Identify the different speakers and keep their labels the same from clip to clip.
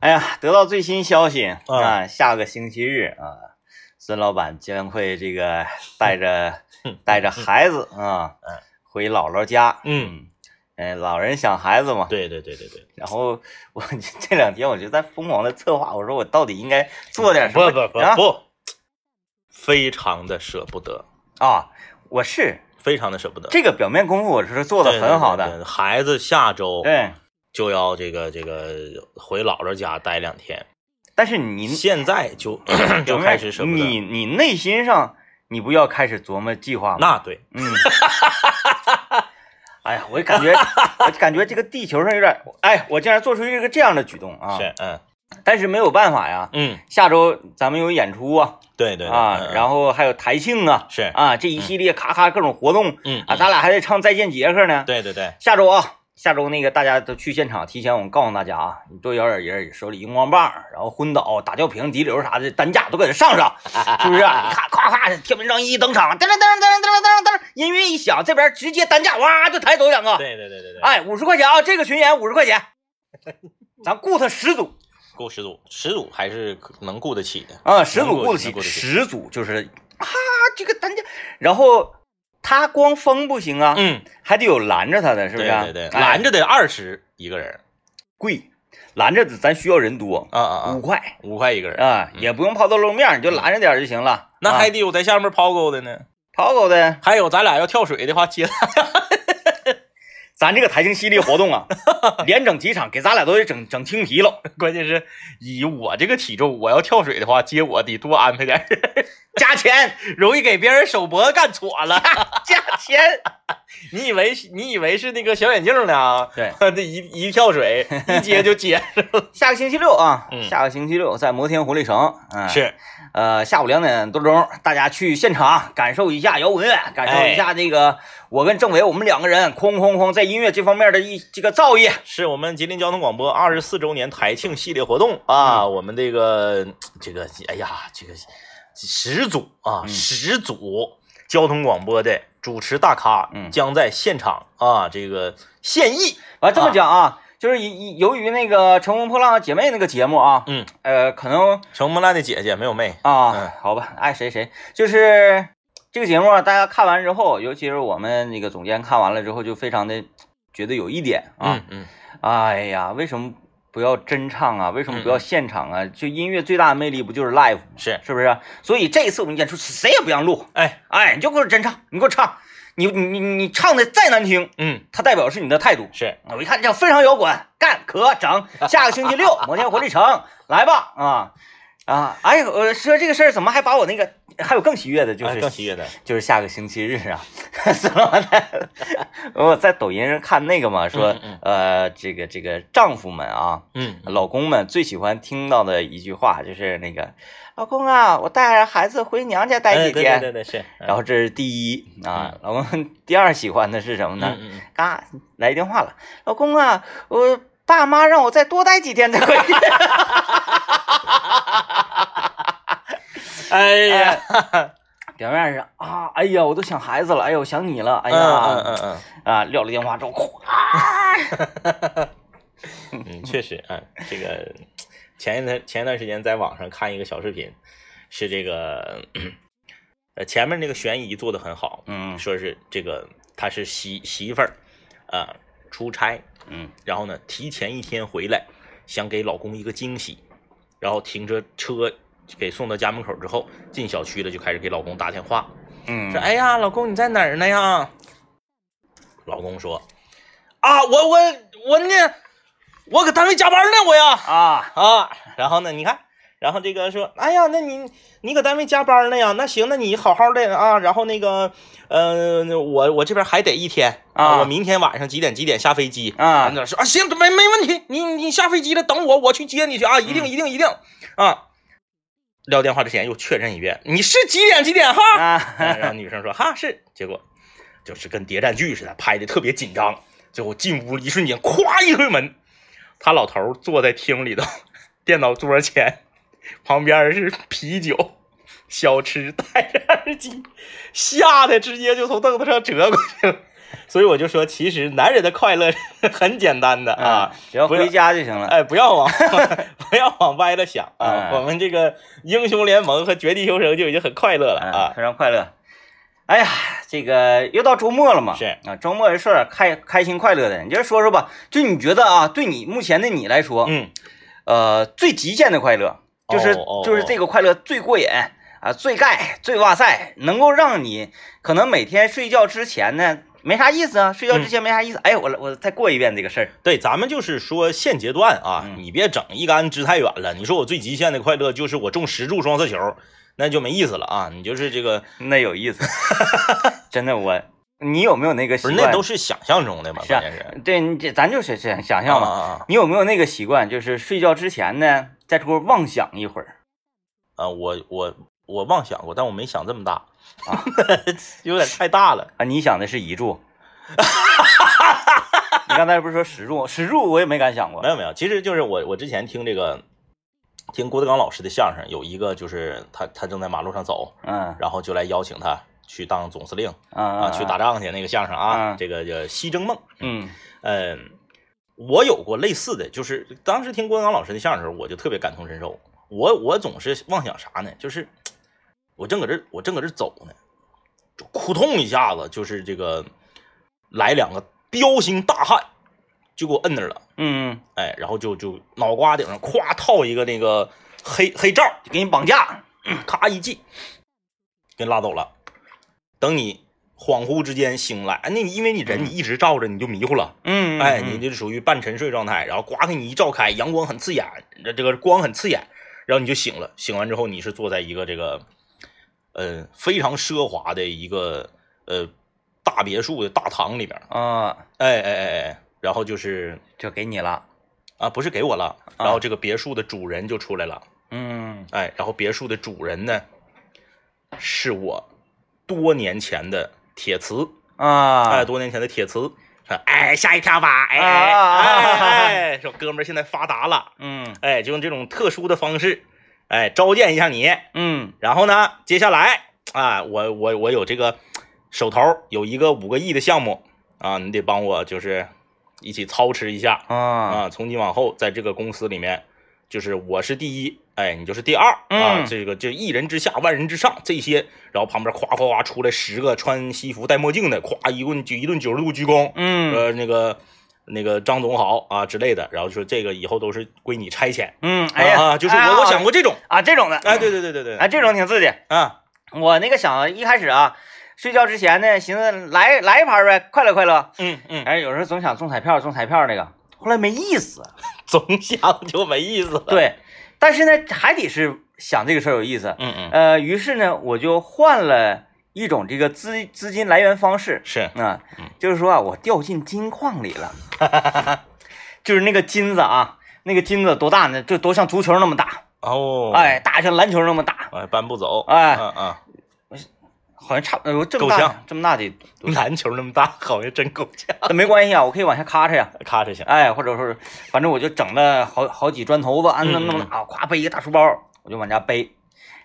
Speaker 1: 哎呀，得到最新消息
Speaker 2: 啊
Speaker 1: 啊，下个星期日啊，孙老板将会这个带 着带着孩子啊
Speaker 2: 嗯，
Speaker 1: 回姥姥家。
Speaker 2: 嗯，
Speaker 1: 哎，老人想孩子嘛。
Speaker 2: 对对对对对，
Speaker 1: 然后我这两天我就在疯狂的策划，我说我到底应该做点什
Speaker 2: 不
Speaker 1: 么？
Speaker 2: 不不
Speaker 1: 啊
Speaker 2: 不，非常的舍不得，
Speaker 1: 啊，我是
Speaker 2: 非常的舍不得，
Speaker 1: 这个表面功夫我是做的
Speaker 2: 对
Speaker 1: 很好
Speaker 2: 对对
Speaker 1: 的，嗯
Speaker 2: 对孩子下周
Speaker 1: 对。
Speaker 2: 就要这个这个回姥姥家待两天，
Speaker 1: 但是你
Speaker 2: 现在 就 就开始舍不
Speaker 1: 你
Speaker 2: 得。
Speaker 1: 你内心上你不要开始琢磨计划吗？
Speaker 2: 那对，
Speaker 1: 嗯，哎呀，我就感觉我就感觉这个地球上有点，哎，我竟然做出一个这样的举动啊！
Speaker 2: 是，嗯
Speaker 1: 但是没有办法呀，
Speaker 2: 嗯，
Speaker 1: 下周咱们有演出啊
Speaker 2: 对对
Speaker 1: 啊，然
Speaker 2: 后
Speaker 1: 后还有台庆啊，
Speaker 2: 是
Speaker 1: 啊，这一系列咔咔各种活动
Speaker 2: 嗯
Speaker 1: 啊，咱俩还得唱《再见杰克》呢。
Speaker 2: 对对对，
Speaker 1: 下周啊，下周那个大家都去现场，提前我们告诉大家啊，你多摇点人，手里荧光棒，然后昏倒、打吊瓶、滴流啥的，担架都给它上 上，是不是、你看，夸夸，天门张一登场，噔噔噔噔噔噔噔噔，音乐一响，这边直接担架哇就抬走两个，
Speaker 2: 对对对对对，
Speaker 1: 哎，五十块钱啊，这个群演五十块 钱，咱雇他十组
Speaker 2: 够十足，十足还是可能雇得起的。
Speaker 1: 啊，十
Speaker 2: 能
Speaker 1: 组
Speaker 2: 雇
Speaker 1: 雇得
Speaker 2: 能
Speaker 1: 起，
Speaker 2: 雇得起
Speaker 1: 十组就是啊，这个担架，然后他光疯不行啊，
Speaker 2: 嗯，
Speaker 1: 还得有拦着他的，是不
Speaker 2: 对
Speaker 1: 是啊？
Speaker 2: 对对，
Speaker 1: 哎
Speaker 2: 拦着得二十一个人，
Speaker 1: 贵，拦着咱需要人多，
Speaker 2: 啊啊
Speaker 1: 五
Speaker 2: 啊，
Speaker 1: 块
Speaker 2: 五块一个人，
Speaker 1: 啊，也不用抛头露面，你就拦着点就行了。
Speaker 2: 嗯那
Speaker 1: 啊
Speaker 2: 还得有在下面抛钩的呢，
Speaker 1: 跑狗的，
Speaker 2: 还有咱俩要跳水的话接 他。
Speaker 1: 咱这个台庆系列活动 啊，连整几场，给咱俩都得整整青皮了。
Speaker 2: 关键是以我这个体重，我要跳水的话，接我得多安排 点人，
Speaker 1: 加钱，
Speaker 2: 容易给别人手脖干戳了。
Speaker 1: 加钱，
Speaker 2: 你以为你以为是那个小眼镜呢啊？
Speaker 1: 对
Speaker 2: 这一一 跳水，一接就接。
Speaker 1: 下个星期六啊，
Speaker 2: 嗯
Speaker 1: 下个星期六在摩天活力城，嗯，
Speaker 2: 是，
Speaker 1: 呃，下午两点多钟，大家去现场感受一下摇滚乐，感受一
Speaker 2: 哎
Speaker 1: 下这个我跟政委我们两个人哐哐哐在音乐这方面的一这个造诣。
Speaker 2: 是我们吉林交通广播二十四周年台庆系列活动啊，
Speaker 1: 嗯
Speaker 2: 我们这个这个，哎呀，这个始祖啊，
Speaker 1: 嗯
Speaker 2: 始祖交通广播的主持大咖
Speaker 1: 嗯
Speaker 2: 将在现场啊，这个献艺，
Speaker 1: 啊，这么讲啊，就是以由于那个《乘风破浪的姐妹》那个节目啊，
Speaker 2: 嗯，
Speaker 1: 呃，可能
Speaker 2: 乘风破浪的姐姐没有妹，嗯
Speaker 1: 啊，好吧，爱谁谁，就是这个节目啊，大家看完之后，尤其是我们那个总监看完了之后，就非常的觉得有一点啊
Speaker 2: 嗯，嗯，
Speaker 1: 哎呀，为什么不要真唱啊？为什么不
Speaker 2: 嗯
Speaker 1: 要现场啊？就音乐最大的魅力不就是 live 吗？
Speaker 2: 是，
Speaker 1: 是不是？所以这一次我们演出谁也不让录，
Speaker 2: 哎，
Speaker 1: 哎，你就给我真唱，你给我唱，你你你你唱的再难听，
Speaker 2: 嗯，
Speaker 1: 它代表是你的态度。
Speaker 2: 是，
Speaker 1: 啊我一看这非常摇滚，干可整。下个星期六摩天活力城来吧啊啊！哎，我说这个事儿怎么还把我那个还有更喜悦的，就
Speaker 2: 就是
Speaker 1: 是、
Speaker 2: 哎更喜悦的，
Speaker 1: 就是下个星期日啊，孙老板， 我在抖音上看那个嘛，说
Speaker 2: 嗯嗯
Speaker 1: 呃这个这个丈夫们啊，
Speaker 2: 嗯，
Speaker 1: 老公们最喜欢听到的一句话就是那个老公啊，我带着孩子回娘家待
Speaker 2: 哎
Speaker 1: 几
Speaker 2: 对
Speaker 1: 天。
Speaker 2: 对嗯对对是，
Speaker 1: 然
Speaker 2: 后
Speaker 1: 后这是第一啊，老公第二喜欢的是什么呢？
Speaker 2: 嗯嗯
Speaker 1: 嘎，来电话了，老公啊，我爸妈让我再多待几天再回去。
Speaker 2: 哎
Speaker 1: 哎
Speaker 2: 呀，
Speaker 1: 表面上啊，哎呀，我都想孩子了，哎呀，我想你了，哎
Speaker 2: 嗯
Speaker 1: 呀，
Speaker 2: 嗯嗯嗯。
Speaker 1: 啊，撂了电话之后，啊咵，
Speaker 2: 嗯，确实，嗯，这个前一段前一段时间在网上看一个小视频，是这个，呃，前面那个悬疑做的很好，
Speaker 1: 嗯
Speaker 2: 说是这个他是媳媳妇儿，啊、出差，
Speaker 1: 嗯
Speaker 2: 然后呢提前一天回来，想给老公一个惊喜，然后停着车给送到家门口之后，进小区了就开始给老公打电话，
Speaker 1: 嗯
Speaker 2: 说：“哎呀，老公你在哪儿呢呀？”老公说：“啊，我我我呢，我搁单位加班呢，我呀
Speaker 1: 啊，
Speaker 2: 啊。”然后呢，你看，然后这个说：“哎呀，那你你搁单位加班呢呀？那行，那你好好的啊。然后那个，呃，我我这边还得一天
Speaker 1: 啊
Speaker 2: 我明天晚上几点几点下飞机
Speaker 1: 啊
Speaker 2: 然后他说啊，行，没没问题，你你下飞机了等我，我去接你去啊，一定一定一定啊。”撂电话之前又确认一遍，你是几点几点哈？
Speaker 1: 啊，
Speaker 2: 哎然后女生说哈是，结果就是跟谍战剧似的，拍的特别紧张。最后进屋一瞬间，咵一推门，他老头儿坐在厅里头，电脑桌前，旁边是啤酒，小吃戴着耳机，吓得直接就从凳子上折过去了。所以我就说，其实男人的快乐是很简单的 啊，，
Speaker 1: 只要
Speaker 2: 不要
Speaker 1: 回家就行了。
Speaker 2: 哎，不要往 不要往歪了想啊
Speaker 1: 哎，
Speaker 2: 我们这个英雄联盟和绝地求生就已经很快乐了
Speaker 1: 嗯
Speaker 2: 啊，
Speaker 1: 非常快乐。哎呀，这个又到周末了嘛，
Speaker 2: 是
Speaker 1: 啊，周末说点开开心快乐的，你就说说吧。就你觉得啊，对你目前的你来说，
Speaker 2: 嗯，
Speaker 1: 呃，最极限的快乐，就是、
Speaker 2: 哦哦
Speaker 1: 就是这个快乐最过瘾啊，最盖最哇塞，能够让你可能每天睡觉之前呢没啥意思啊，睡觉
Speaker 2: 嗯
Speaker 1: 之前没啥意思。哎，我来我再过一遍这个事儿，
Speaker 2: 对，咱们就是说现阶段啊，
Speaker 1: 嗯
Speaker 2: 你别整一竿子支太远了。你说我最极限的快乐就是我中十注双色球，那就没意思了啊。你就是这个
Speaker 1: 那有意 思，真的我，你有没有那个习
Speaker 2: 不是
Speaker 1: 惯？
Speaker 2: 那都是想象中的嘛，
Speaker 1: 是啊
Speaker 2: 关键是
Speaker 1: 对，你这咱就是想想象嘛。
Speaker 2: 啊啊啊
Speaker 1: 你有没有那个习惯，就是睡觉之前呢，在这块妄想一会儿？
Speaker 2: 啊！我我我妄想过，但我没想这么大
Speaker 1: 啊，
Speaker 2: 有点太大了。
Speaker 1: 啊，你想的是一柱， 你刚才不是说十柱？十柱我也没敢想过
Speaker 2: 没。有没有，其实就是我我之前听这个听郭德纲老师的相声，有一个就是他他正在马路上走，
Speaker 1: 嗯
Speaker 2: 然后就来邀请他去当总司令
Speaker 1: 啊
Speaker 2: 啊，去打仗去那个相声啊，
Speaker 1: 嗯
Speaker 2: 这个叫《西征梦》。
Speaker 1: 嗯
Speaker 2: 嗯，我有过类似的，就是当时听郭德纲老师的相声的时候，我就特别感同身受。我我总是妄想啥呢？就是我正搁这我正搁这走呢，就扑通一下子，就是这个来两个彪形大汉，就给我摁那儿了。
Speaker 1: 嗯，
Speaker 2: 哎，然后就就脑瓜顶上咵套一个那个黑黑罩，
Speaker 1: 就给你绑架。
Speaker 2: 咔一系，给拉走了。等你恍惚之间醒来，哎那你因为你人你一直照着，你就迷糊了。
Speaker 1: 嗯，
Speaker 2: 哎，
Speaker 1: 嗯
Speaker 2: 你这属于半沉睡状态，然后呱给你一照开，阳光很刺眼，这这个光很刺眼，然后你就醒了。醒完之后，你是坐在一个这个，呃，非常奢华的一个呃大别墅的大堂里边儿，
Speaker 1: 啊，
Speaker 2: 哎哎哎哎，然后就是
Speaker 1: 就给你了。
Speaker 2: 啊，不是给我了，然后这个别墅的主人就出来了，
Speaker 1: 嗯，
Speaker 2: 哎，然后别墅的主人呢，是我多年前的铁磁，
Speaker 1: 啊，
Speaker 2: 哎，多年前的铁磁。说哎，下一条吧，哎
Speaker 1: 啊啊啊
Speaker 2: 哎
Speaker 1: 啊啊
Speaker 2: 哎，说哥们儿现在发达了，
Speaker 1: 嗯
Speaker 2: 哎，就用这种特殊的方式，哎，召见一下你。
Speaker 1: 嗯
Speaker 2: 然后呢，接下来啊，我我我有这个手头有一个五个亿的项目啊，你得帮我就是一起操持一下
Speaker 1: 啊，
Speaker 2: 啊。从今往后，在这个公司里面，就是我是第一，哎，你就是第二啊。
Speaker 1: 嗯
Speaker 2: 这个就一人之下，万人之上这些，然后旁边夸夸夸出来十个穿西服戴墨镜的，夸一顿举一顿九十度鞠躬，
Speaker 1: 嗯
Speaker 2: 呃，那个那个张总好啊之类的，然后说这个以后都是归你差遣。
Speaker 1: 嗯，哎呀，
Speaker 2: 啊，就是
Speaker 1: 哎呀
Speaker 2: 我我想过这种，
Speaker 1: 啊这种的，
Speaker 2: 哎，对对对对对，
Speaker 1: 啊这种挺刺激。
Speaker 2: 啊，
Speaker 1: 我那个想一开始啊，睡觉之前呢，寻思来来一盘呗，快乐快乐。
Speaker 2: 嗯嗯，
Speaker 1: 哎，有时候总想中彩票，中彩票那个，后来没意思。
Speaker 2: 总想就没意思了，
Speaker 1: 对，但是呢，还得是想这个事儿有意思。
Speaker 2: 嗯嗯，
Speaker 1: 呃，于是呢，我就换了一种这个资资金来源方式。
Speaker 2: 是，
Speaker 1: 啊
Speaker 2: 嗯，
Speaker 1: 就是说啊，我掉进金矿里了， 就是那个金子啊，那个金子多大呢？就都像足球那么大，
Speaker 2: 哦，，
Speaker 1: 哎，大像篮球那么大，
Speaker 2: 哎，搬不走，
Speaker 1: 哎
Speaker 2: 嗯嗯，
Speaker 1: 好像差不多这么
Speaker 2: 够
Speaker 1: 大
Speaker 2: 呛，
Speaker 1: 这么大得，
Speaker 2: 篮球那么大，好像真够呛，
Speaker 1: 但没关系啊，我可以往下咔嚓呀。
Speaker 2: 咔哧响，
Speaker 1: 哎，或者说是，反正我就整了好好几砖头子，啊，那那么
Speaker 2: 嗯
Speaker 1: 大，咵背一个大书包，我就往家背。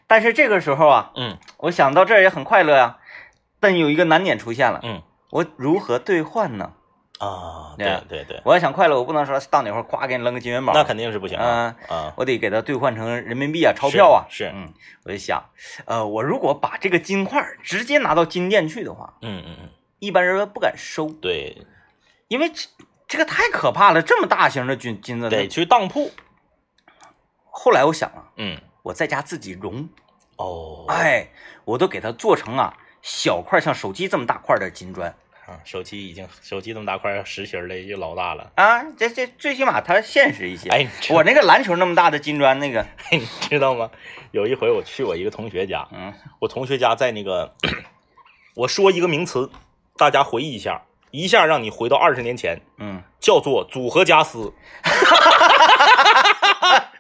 Speaker 1: 但是这个时候啊，
Speaker 2: 嗯
Speaker 1: 我想到这儿也很快乐呀、但有一个难点出现了，
Speaker 2: 嗯
Speaker 1: 我如何兑换呢？
Speaker 2: 啊，
Speaker 1: 对
Speaker 2: 对
Speaker 1: 啊
Speaker 2: 对对，
Speaker 1: 我要想快乐，我不能说到哪块儿咵给你扔个金元宝，呃
Speaker 2: 那肯定是不行啊，啊，
Speaker 1: 我得给它兑换成人民币啊、钞票啊。
Speaker 2: 是是
Speaker 1: 嗯，我就想，呃，我如果把这个金块儿直接拿到金店去的话，
Speaker 2: 嗯嗯嗯，
Speaker 1: 一般人不敢收，
Speaker 2: 对，
Speaker 1: 因为这这个太可怕了，这么大型的金金子。
Speaker 2: 得。去当铺，
Speaker 1: 后来我想啊，
Speaker 2: 嗯，
Speaker 1: 我在家自己融，
Speaker 2: 哦，
Speaker 1: 哎，我都给它做成啊小块儿，像手机这么大块儿的金砖
Speaker 2: 啊，手机已经手机这么大块，实心儿的就老大了，
Speaker 1: 啊，这这最起码它现实一些。
Speaker 2: 哎，你知
Speaker 1: 我那个篮球那么大的金砖，那个，
Speaker 2: 你知道吗？有一回我去我一个同学家，
Speaker 1: 嗯
Speaker 2: 我同学家在那个，我说一个名词，大家回忆一下，一下让你回到二十年前，
Speaker 1: 嗯，
Speaker 2: 叫做组合家私。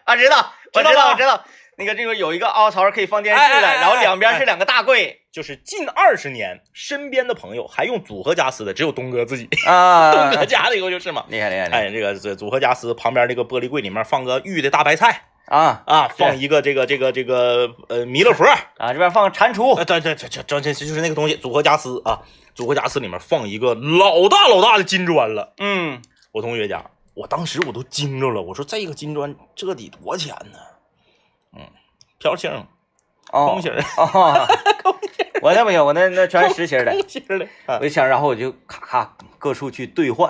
Speaker 1: 啊，知道，我
Speaker 2: 知
Speaker 1: 知
Speaker 2: 道吧
Speaker 1: 道，我知道，那个这个有一个凹槽可以放电视的，
Speaker 2: 哎哎哎哎
Speaker 1: 然后两边是两个大柜、
Speaker 2: 就是近二十年，身边的朋友还用组合家私的，只有东哥自己。
Speaker 1: 啊
Speaker 2: 东哥家里头就是嘛。
Speaker 1: 厉害厉害厉害，
Speaker 2: 哎，这个这组合家私旁边这个玻璃柜里面放个玉的大白菜，
Speaker 1: 啊
Speaker 2: 啊，放一个这个这个这个呃弥勒佛，
Speaker 1: 啊，这边放蟾蜍
Speaker 2: 呃，对对对，这这这就是那个东西，组合家私啊，组合家私里面放一个老大老大的金砖了。
Speaker 1: 嗯，
Speaker 2: 我同学家，我当时我都惊着了，我说这个金砖这得多钱呢？嗯，飘星儿，
Speaker 1: 哦
Speaker 2: 空心儿，
Speaker 1: 哦，我那不行，我那那全是实心儿的，
Speaker 2: 空心儿的啊
Speaker 1: 我就想，然后我就咔咔各处去兑换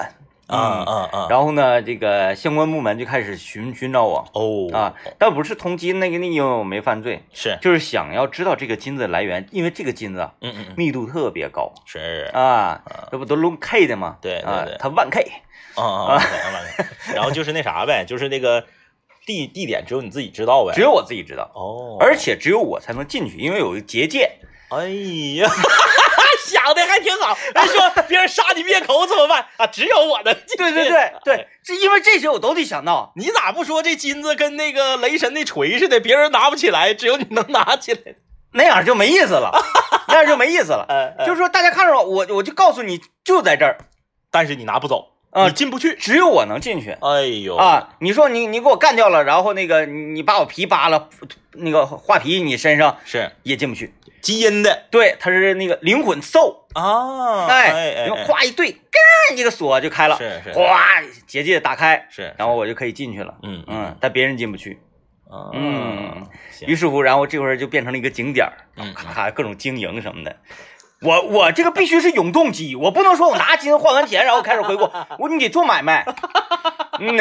Speaker 1: 嗯
Speaker 2: 啊啊啊！
Speaker 1: 然后呢，这个相关部门就开始寻寻找我
Speaker 2: 哦
Speaker 1: 啊，但不是通缉那个那因为我没犯罪，
Speaker 2: 是，
Speaker 1: 就是想要知道这个金子的来源，因为这个金子啊
Speaker 2: 嗯嗯嗯，
Speaker 1: 密度特别高
Speaker 2: 是啊
Speaker 1: 啊
Speaker 2: 啊，
Speaker 1: 这不都论 K 的吗？
Speaker 2: 对对
Speaker 1: 啊
Speaker 2: 对，
Speaker 1: 它万 K
Speaker 2: 啊啊！然后就是那啥呗，就是那个地地点只有你自己知道呗。
Speaker 1: 只有我自己知道，
Speaker 2: 哦，
Speaker 1: 而且只有我才能进去，因为有结界。
Speaker 2: 哎呀， 想的还挺好。还 说别人杀你灭口怎么办啊？只有我能进去。
Speaker 1: 对对 对对
Speaker 2: 哎，，
Speaker 1: 是因为这些我都得想到。
Speaker 2: 你咋不说这金子跟那个雷神那锤似的，别人拿不起来，只有你能拿起来？
Speaker 1: 那样就没意思了，那样就没意思了。
Speaker 2: 呃，
Speaker 1: 就是
Speaker 2: 是，
Speaker 1: 说，大家看着我，我我就告诉你，就在这儿，
Speaker 2: 但是你拿不走，
Speaker 1: 啊
Speaker 2: 你进不去。
Speaker 1: 只有我能进去
Speaker 2: 哎呦，
Speaker 1: 啊！你说你你给我干掉了，然后那个你你把我皮扒了，那个画皮你身上
Speaker 2: 是
Speaker 1: 也进不去。
Speaker 2: 基因的
Speaker 1: 对，它是那个灵魂 soul，
Speaker 2: 啊，哎
Speaker 1: 哎，然后咵一对，嘎一个锁就开了，
Speaker 2: 是是
Speaker 1: 哗结界打开，
Speaker 2: 是，
Speaker 1: 然后我就可以进去了。
Speaker 2: 嗯嗯
Speaker 1: 嗯，但别人进不去。
Speaker 2: 嗯，行
Speaker 1: 于是乎，然后这会儿就变成了一个景点儿，
Speaker 2: 嗯
Speaker 1: 咔咔啊各种经营什么的。我我这个必须是永动机，我不能说我拿金换完钱然后开始回顾，我你得做买卖。 嗯，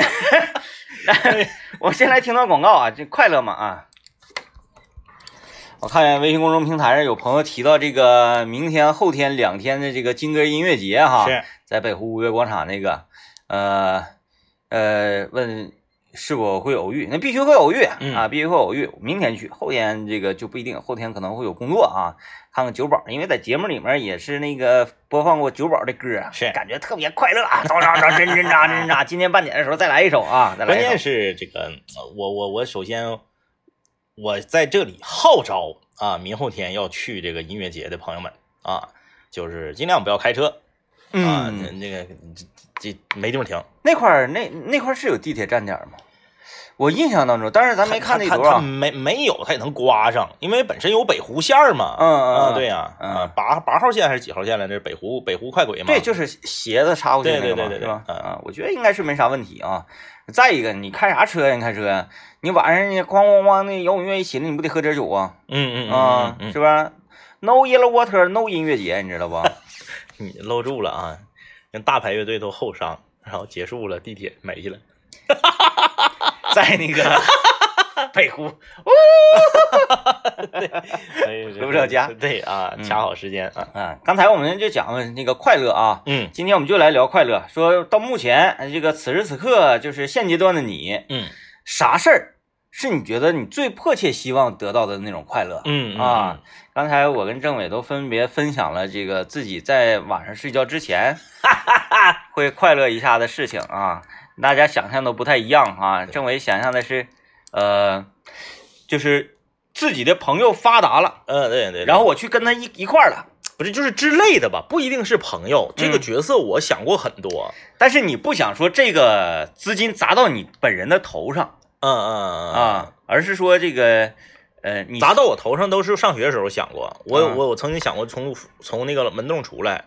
Speaker 1: 我先来听段广告啊，这快乐嘛啊。我看微信公众平台上有朋友提到这个明天、后天两天的这个金歌音乐节哈，
Speaker 2: 是
Speaker 1: 在北湖五月广场那个，呃呃，问是否会偶遇？那必须会偶遇、
Speaker 2: 嗯
Speaker 1: 啊，必须会偶遇。明天去，后天这个就不一定，后天可能会有工作啊。看看九宝，因为在节目里面也是那个播放过九宝的歌啊，
Speaker 2: 是
Speaker 1: 感觉特别快乐啊！喳喳喳，真真 喳真真喳。今天半点的时候再来一首啊，再来
Speaker 2: 关
Speaker 1: 一
Speaker 2: 键
Speaker 1: 首。
Speaker 2: 是这个，呃我我我首先，我在这里号召啊，明后天要去这个音乐节的朋友们啊，就是尽量不要开车啊，那、
Speaker 1: 嗯，
Speaker 2: 那个这这没地方停，
Speaker 1: 那块儿那那块儿是有地铁站点吗？我印象当中，但是咱没看那
Speaker 2: 他
Speaker 1: 多
Speaker 2: 他他
Speaker 1: 少。嗯
Speaker 2: 没没有他也能刮上，因为本身有北湖线儿嘛，
Speaker 1: 嗯嗯
Speaker 2: 啊
Speaker 1: 嗯
Speaker 2: 对呀、
Speaker 1: 嗯
Speaker 2: 啊八八号线还是几号线来着？北湖北湖快轨嘛，
Speaker 1: 对，就是鞋子插过去
Speaker 2: 对
Speaker 1: 那个嘛，
Speaker 2: 对对对
Speaker 1: 是
Speaker 2: 对
Speaker 1: 吧？
Speaker 2: 嗯
Speaker 1: 啊，我觉得应该是没啥问题啊。再一个，你开啥车呀？你开车呀？你晚上你咣咣咣那摇滚乐一起，你不得喝点酒啊？
Speaker 2: 嗯嗯
Speaker 1: 啊
Speaker 2: 嗯，嗯
Speaker 1: 是吧？No yellow water, no 音乐节，你知道不？
Speaker 2: 嗯，你搂住了啊，跟大牌乐队都后伤，然后结束了，地铁没了。
Speaker 1: 在那 个北湖，
Speaker 2: 回
Speaker 1: 回不了家
Speaker 2: 对啊，
Speaker 1: 嗯
Speaker 2: 掐好时间啊。
Speaker 1: 啊，刚才我们就讲了那个快乐啊，
Speaker 2: 嗯
Speaker 1: 今天我们就来聊快乐。说到目前呃这个此时此刻，就是现阶段的你，
Speaker 2: 嗯
Speaker 1: 啥事儿是你觉得你最迫切希望得到的那种快乐？
Speaker 2: 嗯
Speaker 1: 啊，，刚才我跟政委都分别分享了这个自己在晚上睡觉之前 会快乐一下的事情啊，大家想象都不太一样啊。政委想象的是，呃，就是自己的朋友发达了，
Speaker 2: 嗯对对，
Speaker 1: 然
Speaker 2: 后
Speaker 1: 后我去跟他一一块儿了，
Speaker 2: 不是就是之类的吧，不一定是朋友，这个
Speaker 1: 嗯
Speaker 2: 角色我想过很多。
Speaker 1: 但是你不想说这个资金砸到你本人的头上
Speaker 2: 嗯嗯嗯，
Speaker 1: 啊，而是说这个，呃，你
Speaker 2: 砸到我头上都是上学的时候想过，我
Speaker 1: 啊
Speaker 2: 我我曾经想过从从那个门洞出来，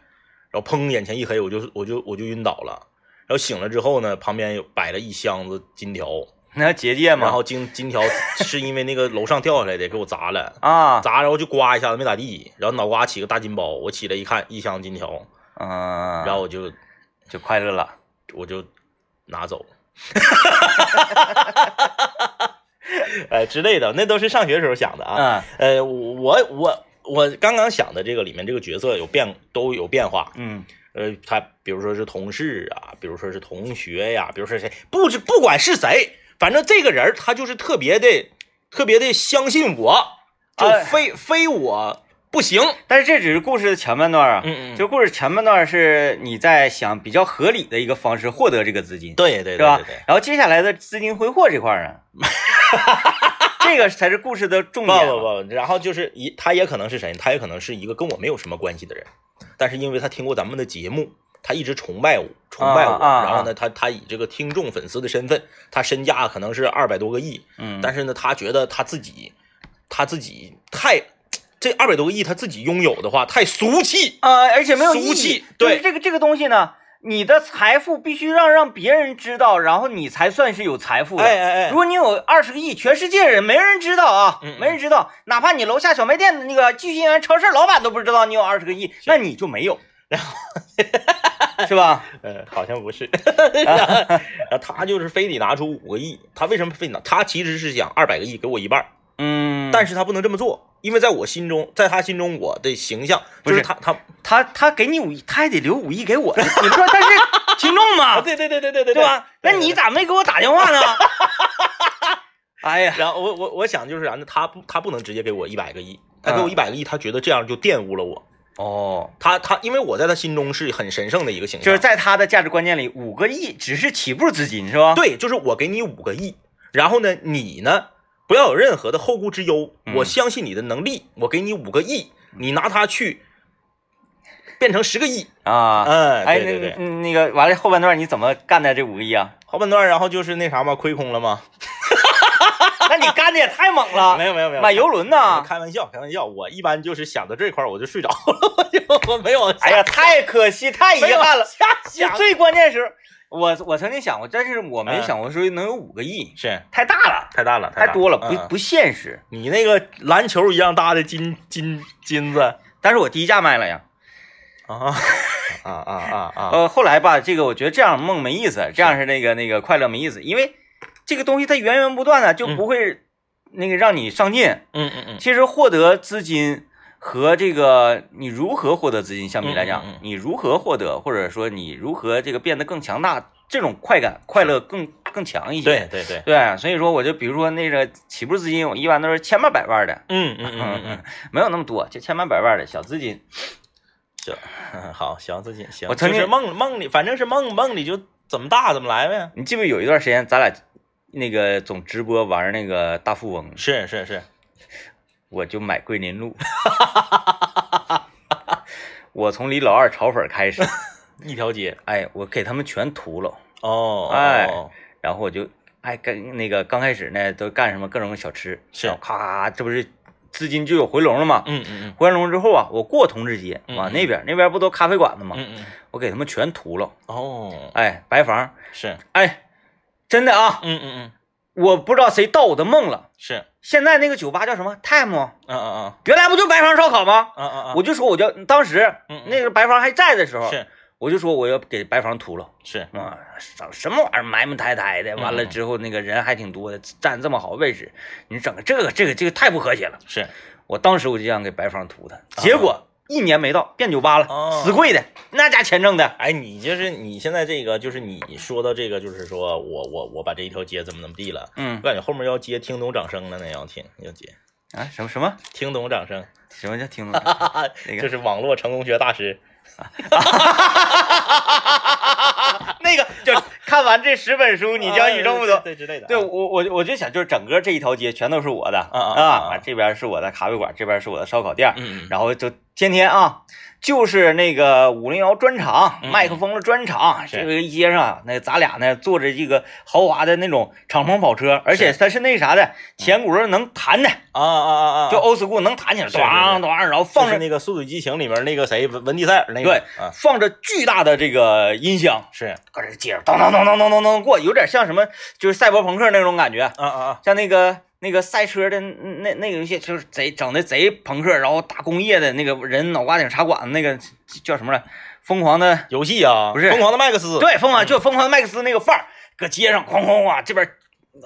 Speaker 2: 然后砰眼前一黑，我就我就我就晕倒了。然后醒了之后呢，旁边有摆了一箱子金条，
Speaker 1: 那结界嘛，
Speaker 2: 然后金金条是因为那个楼上掉下来的，给我砸了。
Speaker 1: 啊，
Speaker 2: 砸，然后就刮一下子没咋地，然后脑瓜起个大金包，我起来一看一箱金条，
Speaker 1: 嗯，
Speaker 2: 然后我就
Speaker 1: 就快乐了。
Speaker 2: 我就拿走， 哎之类的，那都是上学时候想的啊。
Speaker 1: 嗯
Speaker 2: 呃，我我我刚刚想的这个里面这个角色有变都有变化，
Speaker 1: 嗯
Speaker 2: 呃，他比如说是同事啊，比如说是同学呀、比如说谁，不知不管是谁，反正这个人儿他就是特别的特别的相信我，就
Speaker 1: 哎
Speaker 2: 非、非我不行。
Speaker 1: 但是这只是故事的前半段啊，
Speaker 2: 嗯嗯
Speaker 1: 就故事前半段是你在想比较合理的一个方式获得这个资金，
Speaker 2: 对对对
Speaker 1: 是吧
Speaker 2: 对对。？
Speaker 1: 然后接下来的资金挥霍这块儿 啊，这个才是故事的重
Speaker 2: 不
Speaker 1: 点。
Speaker 2: 不不，然后就是一，他也可能是谁？他也可能是一个跟我没有什么关系的人，但是因为他听过咱们的节目，他一直崇拜我，崇拜我。
Speaker 1: 啊啊啊
Speaker 2: 然后呢，他他以这个听众粉丝的身份，他身价可能是二百多个亿，
Speaker 1: 嗯，
Speaker 2: 但是呢，他觉得他自己他自己太这二百多个亿他自己拥有的话太俗气。
Speaker 1: 呃，而且没有意
Speaker 2: 俗
Speaker 1: 义
Speaker 2: 气。
Speaker 1: 就是
Speaker 2: 对
Speaker 1: 这个这个东西呢，你的财富必须让让别人知道，然后你才算是有财富的。
Speaker 2: 哎哎 哎
Speaker 1: 如，果你有二十个亿，全世界人没人知道啊，
Speaker 2: 嗯嗯
Speaker 1: 没人知道，哪怕你楼下小卖店的那个聚鑫园超市老板都不知道你有二十个亿，那你就没有，然后 是 吧？
Speaker 2: 呃，好像不 是。然后他就是非得拿出五个亿，他为什么非得拿？他其实是想二百个亿给我一半儿，
Speaker 1: 嗯，
Speaker 2: 但是他不能这么做，因为在我心中，在他心中我的形象
Speaker 1: 不
Speaker 2: 就是他他
Speaker 1: 他他给你五亿，他还得留五亿给我，你你不知道他是群众 吗？
Speaker 2: 哦啊对对对对对对
Speaker 1: 啊对吧？那
Speaker 2: 对
Speaker 1: 你咋没给我打电话 呢？哎呀，
Speaker 2: 然后我我我想就是啥呢？他不他不能直接给我一百个亿，他给我
Speaker 1: 嗯
Speaker 2: 一百个亿，他觉得这样就玷污了我。
Speaker 1: 哦，
Speaker 2: 他他因为我在他心中是很神圣的一个形象，
Speaker 1: 就是在他的价值观念里，五个亿只是起步资金，是吧？
Speaker 2: 对，就是我给你五个亿，然后呢，你呢不要有任何的后顾之忧，
Speaker 1: 嗯
Speaker 2: 我相信你的能力，我给你五个亿，你拿它去变成十个亿，
Speaker 1: 啊，
Speaker 2: 嗯，
Speaker 1: 哎，
Speaker 2: 对对对
Speaker 1: 那，那那个完了后半段你怎么干的这五个亿啊？
Speaker 2: 后半段然后就是那啥嘛，亏空了吗？
Speaker 1: 那你干的也太猛 了，
Speaker 2: 没有没有没有，
Speaker 1: 啊买游轮呢？
Speaker 2: 开玩笑开玩笑，我一般就是想到这块儿我就睡着了， 我就我没有，
Speaker 1: 哎呀，太可惜，太遗
Speaker 2: 没有
Speaker 1: 憾了。
Speaker 2: 瞎
Speaker 1: 就
Speaker 2: 想
Speaker 1: 最关键时候，我我曾经想过，但是我没
Speaker 2: 嗯
Speaker 1: 想过说能有五个亿，
Speaker 2: 是
Speaker 1: 太大了，
Speaker 2: 太大了
Speaker 1: 太多了，
Speaker 2: 嗯嗯
Speaker 1: 不不现实。
Speaker 2: 你那个篮球一样大的金金金子啊
Speaker 1: 但是我低价卖了呀。
Speaker 2: 啊 啊啊啊！
Speaker 1: 呃，后来吧，这个我觉得这样梦没意思，这样是那个那个快乐没意思，因为这个东西它源源不断的，啊就不会那个让你上进。
Speaker 2: 嗯嗯嗯，
Speaker 1: 其实获得资金和这个你如何获得资金相比来讲，
Speaker 2: 嗯嗯嗯
Speaker 1: 你如何获得，或者说你如何这个变得更强大，这种快感、快乐更更强一些。
Speaker 2: 对对对，
Speaker 1: 对，所以说我就比如说那个起步资金，我一般都是千八百万的，
Speaker 2: 嗯嗯嗯嗯
Speaker 1: 没有那么多，就千八百万的小资金。
Speaker 2: 嗯，好，行，自己行。
Speaker 1: 我曾
Speaker 2: 就是
Speaker 1: 经
Speaker 2: 梦梦里，反正是梦梦里就怎么大怎么来呗。
Speaker 1: 你记不记得有一段时间咱俩那个总直播玩那个大富翁，
Speaker 2: 是是是，
Speaker 1: 我就买桂林 路。我从李老二炒粉开始，
Speaker 2: 一条街。
Speaker 1: 哎，我给他们全屠了。
Speaker 2: 哦，
Speaker 1: 哎
Speaker 2: 哦
Speaker 1: 然后我就哎跟那个刚开始呢都干什么各种小吃，
Speaker 2: 是
Speaker 1: 然后咔咔咔，这不是资金就有回笼了吗？
Speaker 2: 嗯嗯
Speaker 1: 回完笼之后啊，我过同志街
Speaker 2: 嗯
Speaker 1: 往
Speaker 2: 嗯
Speaker 1: 那边，那边不都咖啡馆子
Speaker 2: 嗯
Speaker 1: 吗？
Speaker 2: 嗯嗯，
Speaker 1: 我给他们全屠了，
Speaker 2: 哦，
Speaker 1: 哎，白房，
Speaker 2: 是，
Speaker 1: 哎，真的啊，
Speaker 2: 嗯嗯嗯，
Speaker 1: 我不知道谁盗我的梦了。
Speaker 2: 是，
Speaker 1: 现在那个酒吧叫什么？Time，哦
Speaker 2: 嗯嗯
Speaker 1: 原来不就白房烧烤吗？
Speaker 2: 嗯嗯嗯
Speaker 1: 我就说我叫当时
Speaker 2: 嗯嗯
Speaker 1: 那个白房还在的时候
Speaker 2: 嗯，，是
Speaker 1: 我就说我要给白房屠了。
Speaker 2: 是，
Speaker 1: 啊，什什么玩意儿埋埋汰汰的，完了之后那个人还挺多的，占这么好位置，你整个这个这个这个太不和谐了。
Speaker 2: 是，
Speaker 1: 我当时我就想给白方涂他，结果一年没到变酒吧了，
Speaker 2: 哦
Speaker 1: 死贵的，那家钱挣的，
Speaker 2: 哎，你就是你现在这个，就是你说到这个，就是说我我我把这一条街怎么怎么地了，我
Speaker 1: 嗯
Speaker 2: 感觉后面要接听懂掌声了呢，要听要接
Speaker 1: 啊什么什么
Speaker 2: 听懂掌声，
Speaker 1: 什么叫听 懂？那
Speaker 2: 这
Speaker 1: 个
Speaker 2: 是网络成功学大师，
Speaker 1: 那个就看完这十本书，你将与众不同。
Speaker 2: 啊对之类的，
Speaker 1: 对我我我就想，就是整个这一条街全都是我的
Speaker 2: 啊啊啊
Speaker 1: 这边是我的咖啡馆，这边是我的烧烤店，
Speaker 2: 嗯嗯
Speaker 1: 然后就天天啊，就是那个五零幺专场，
Speaker 2: 嗯
Speaker 1: 麦克风的专场，
Speaker 2: 是
Speaker 1: 这个一街上，那咱俩呢坐着这个豪华的那种敞篷跑车，而且它是那啥的前轱辘能弹的，
Speaker 2: 啊啊嗯啊啊，
Speaker 1: 就欧 school 能弹起来，
Speaker 2: 是是是
Speaker 1: 咣咣，然后放
Speaker 2: 就是
Speaker 1: 着
Speaker 2: 那个《速度与激情》里面那个谁文文迪塞尔那个，
Speaker 1: 对
Speaker 2: 啊，
Speaker 1: 放着巨大的这个音箱，
Speaker 2: 是，
Speaker 1: 搁这接着当当当当当当当过，有点像什么就是赛博朋克那种感觉，
Speaker 2: 啊啊啊，
Speaker 1: 像那个那个赛车的那那个游戏，就是贼整的贼朋克，然后大工业的那个人脑瓜顶插管子那个叫什么来？疯狂的
Speaker 2: 游戏啊，
Speaker 1: 不是
Speaker 2: 疯狂的麦克斯，
Speaker 1: 对，疯狂就疯狂的麦克斯那个范儿，搁街上哐哐啊哐，这边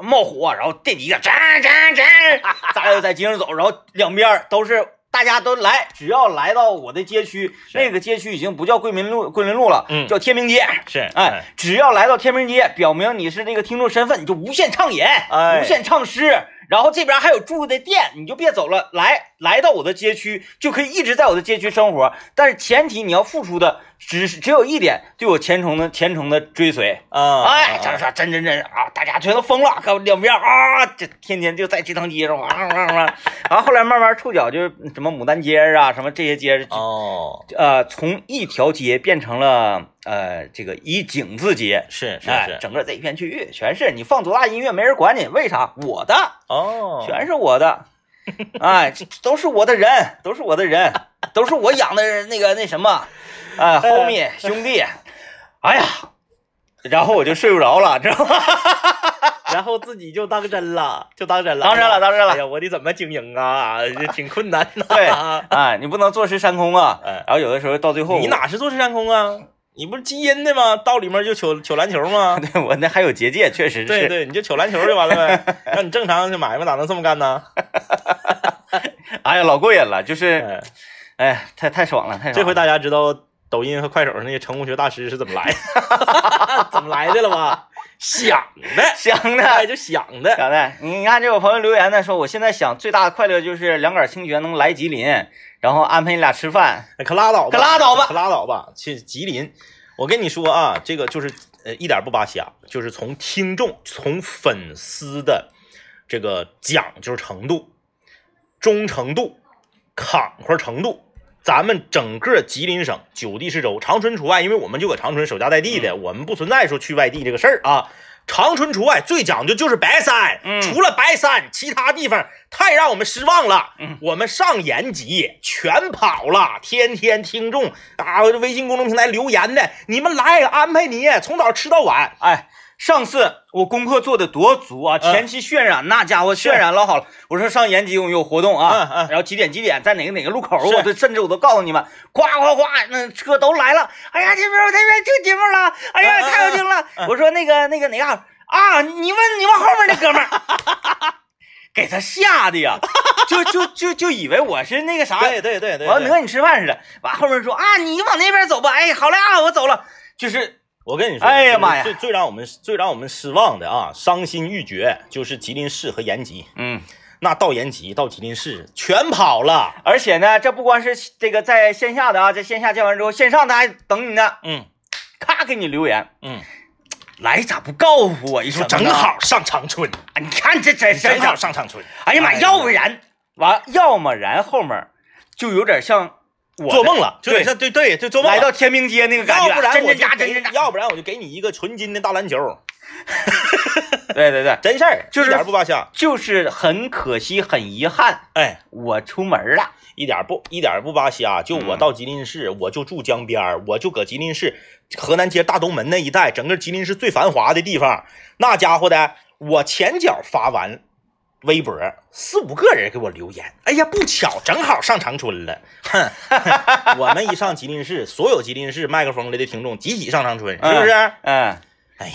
Speaker 1: 冒火，啊然后电吉他喳喳喳，咱俩就在街上走，然后两边都是大家都来，只要来到我的街区，
Speaker 2: 是
Speaker 1: 那个街区已经不叫桂林路桂林路了，
Speaker 2: 嗯
Speaker 1: 叫天明街。
Speaker 2: 是，
Speaker 1: 哎，，只要来到天明街，表明你是这个听众身份，你就无限畅饮，
Speaker 2: 哎
Speaker 1: 无限唱诗。然后这边还有住的店，你就别走了，来来到我的街区就可以一直在我的街区生活，但是前提你要付出的只只有一点对我虔诚的虔诚的追随。
Speaker 2: 啊
Speaker 1: 哎，这这真真真啊！大家全都疯了，看两边啊，这天天就在鸡汤街上哇哇哇哇。啊然后后来慢慢触角就是什么牡丹街啊，什么这些街儿，
Speaker 2: 哦，
Speaker 1: 呃，从一条街变成了呃这个以井字街。
Speaker 2: 是是
Speaker 1: 哎，
Speaker 2: 是，
Speaker 1: 整个这一片区域全是你放多大音乐没人管你，为啥？我的
Speaker 2: 哦，
Speaker 1: 全是我 的，哎，这都是我的人，都是我的人，都是我养的那个那什么， 哎，homie 兄弟，哎呀，然后我就睡不着了，知道吗？
Speaker 2: 然后自己就当真了，就当真了，
Speaker 1: 当真了，。当真
Speaker 2: 哎
Speaker 1: 了，
Speaker 2: 呀，我得怎么经营啊？这挺困难的。
Speaker 1: 对哎，你不能坐吃山空啊
Speaker 2: 哎。
Speaker 1: 然后有的时候到最后，
Speaker 2: 你？哪是坐吃山空啊？你不是基因的吗？到里面就求求篮球 吗？
Speaker 1: 对我那还有结界，确实是。
Speaker 2: 对对，你就求篮球就完了呗。那你正常这买卖哪能这么干呢？
Speaker 1: 哎呀，老过瘾了，就是，
Speaker 2: 哎
Speaker 1: 哎呀，太太爽了，太爽了。
Speaker 2: 这回大家知道抖音和快手上那些成功学大师是怎么来的，怎么来的了吧？想的，
Speaker 1: 想
Speaker 2: 哎，
Speaker 1: 的。
Speaker 2: 就想 的。
Speaker 1: 小的，你看这有朋友留言呢，说我现在想最大的快乐就是两杆清泉能来吉林，然后安排你俩吃饭。
Speaker 2: 可拉倒吧，
Speaker 1: 可拉倒吧
Speaker 2: 可拉倒吧。去吉林，我跟你说啊，这个就是呃一点不扒瞎，就是从听众、从粉丝的这个讲究程度、忠诚度、坎坷程度。咱们整个吉林省九地市州，长春除外，因为我们就搁长春守家待地
Speaker 1: 嗯
Speaker 2: 的，我们不存在说去外地这个事儿啊。长春除外，最讲究就是白山，
Speaker 1: 嗯
Speaker 2: 除了白山，其他地方太让我们失望了。
Speaker 1: 嗯
Speaker 2: 我们上延吉全跑了，天天听众啊，微信公众平台留言的，你们来安排你从早吃到晚，
Speaker 1: 哎，上次我功课做的多足啊，
Speaker 2: 嗯
Speaker 1: 前期渲染、那家伙渲染老好了。我说上延吉我们有活动啊，
Speaker 2: 嗯嗯
Speaker 1: 然后几点几点在哪个哪个路口，
Speaker 2: 是
Speaker 1: 我都甚至我都告诉你们，夸夸夸，那车都来了。哎呀，这边我这边这节目了，哎呀，
Speaker 2: 嗯嗯
Speaker 1: 太有劲了。我说那个那个哪个啊，你问你问后面那哥们儿。 给他吓的呀，就就就就以为我是那个啥，
Speaker 2: 对对对对，
Speaker 1: 我要
Speaker 2: 对
Speaker 1: 讹你吃饭似的。完后面说啊，你往那边走吧。哎，好嘞啊，我走了。就是
Speaker 2: 我跟你说，
Speaker 1: 哎呀
Speaker 2: 就是
Speaker 1: 妈呀
Speaker 2: 最最让我们最让我们失望的啊，伤心欲绝，就是吉林市和延吉。
Speaker 1: 嗯，
Speaker 2: 那到延吉到吉林市全跑了，
Speaker 1: 而且呢，这不光是这个在线下的啊，在线下见完之后，线上他还等你呢，
Speaker 2: 嗯
Speaker 1: 咔给你留言，
Speaker 2: 嗯，
Speaker 1: 来咋不告诉我一声呢？
Speaker 2: 正好上长春，
Speaker 1: 啊，你看这真是
Speaker 2: 正好，上长春，
Speaker 1: 哎呀妈，
Speaker 2: 哎呀
Speaker 1: 要不然完，要么然后面就有点像我的
Speaker 2: 做梦了，
Speaker 1: 对
Speaker 2: 对对对，就做梦
Speaker 1: 来
Speaker 2: 了。
Speaker 1: 到天明街那个感觉，啊
Speaker 2: 要不然
Speaker 1: 真
Speaker 2: 我
Speaker 1: 真
Speaker 2: 就
Speaker 1: 假
Speaker 2: 给
Speaker 1: 真真
Speaker 2: 你
Speaker 1: 假，
Speaker 2: 要不然我就给你一个纯金的大篮球，
Speaker 1: 对对对，
Speaker 2: 真事儿，
Speaker 1: 就是
Speaker 2: 一点不扒瞎。
Speaker 1: 就是很可惜，很遗憾，
Speaker 2: 哎，
Speaker 1: 我出门了，
Speaker 2: 一点不一点不扒瞎，就
Speaker 1: 嗯
Speaker 2: 我到吉林市，我就住江边儿，我就搁吉林市河南街大东门那一带，整个吉林市最繁华的地方，那家伙的，我前脚发完微博，四五个人给我留言，哎呀，不巧，正好上长春了，哼， 我们一上吉林市，所有吉林市麦克风里的听众集体上长春，是不是？
Speaker 1: 嗯。
Speaker 2: 哎呀，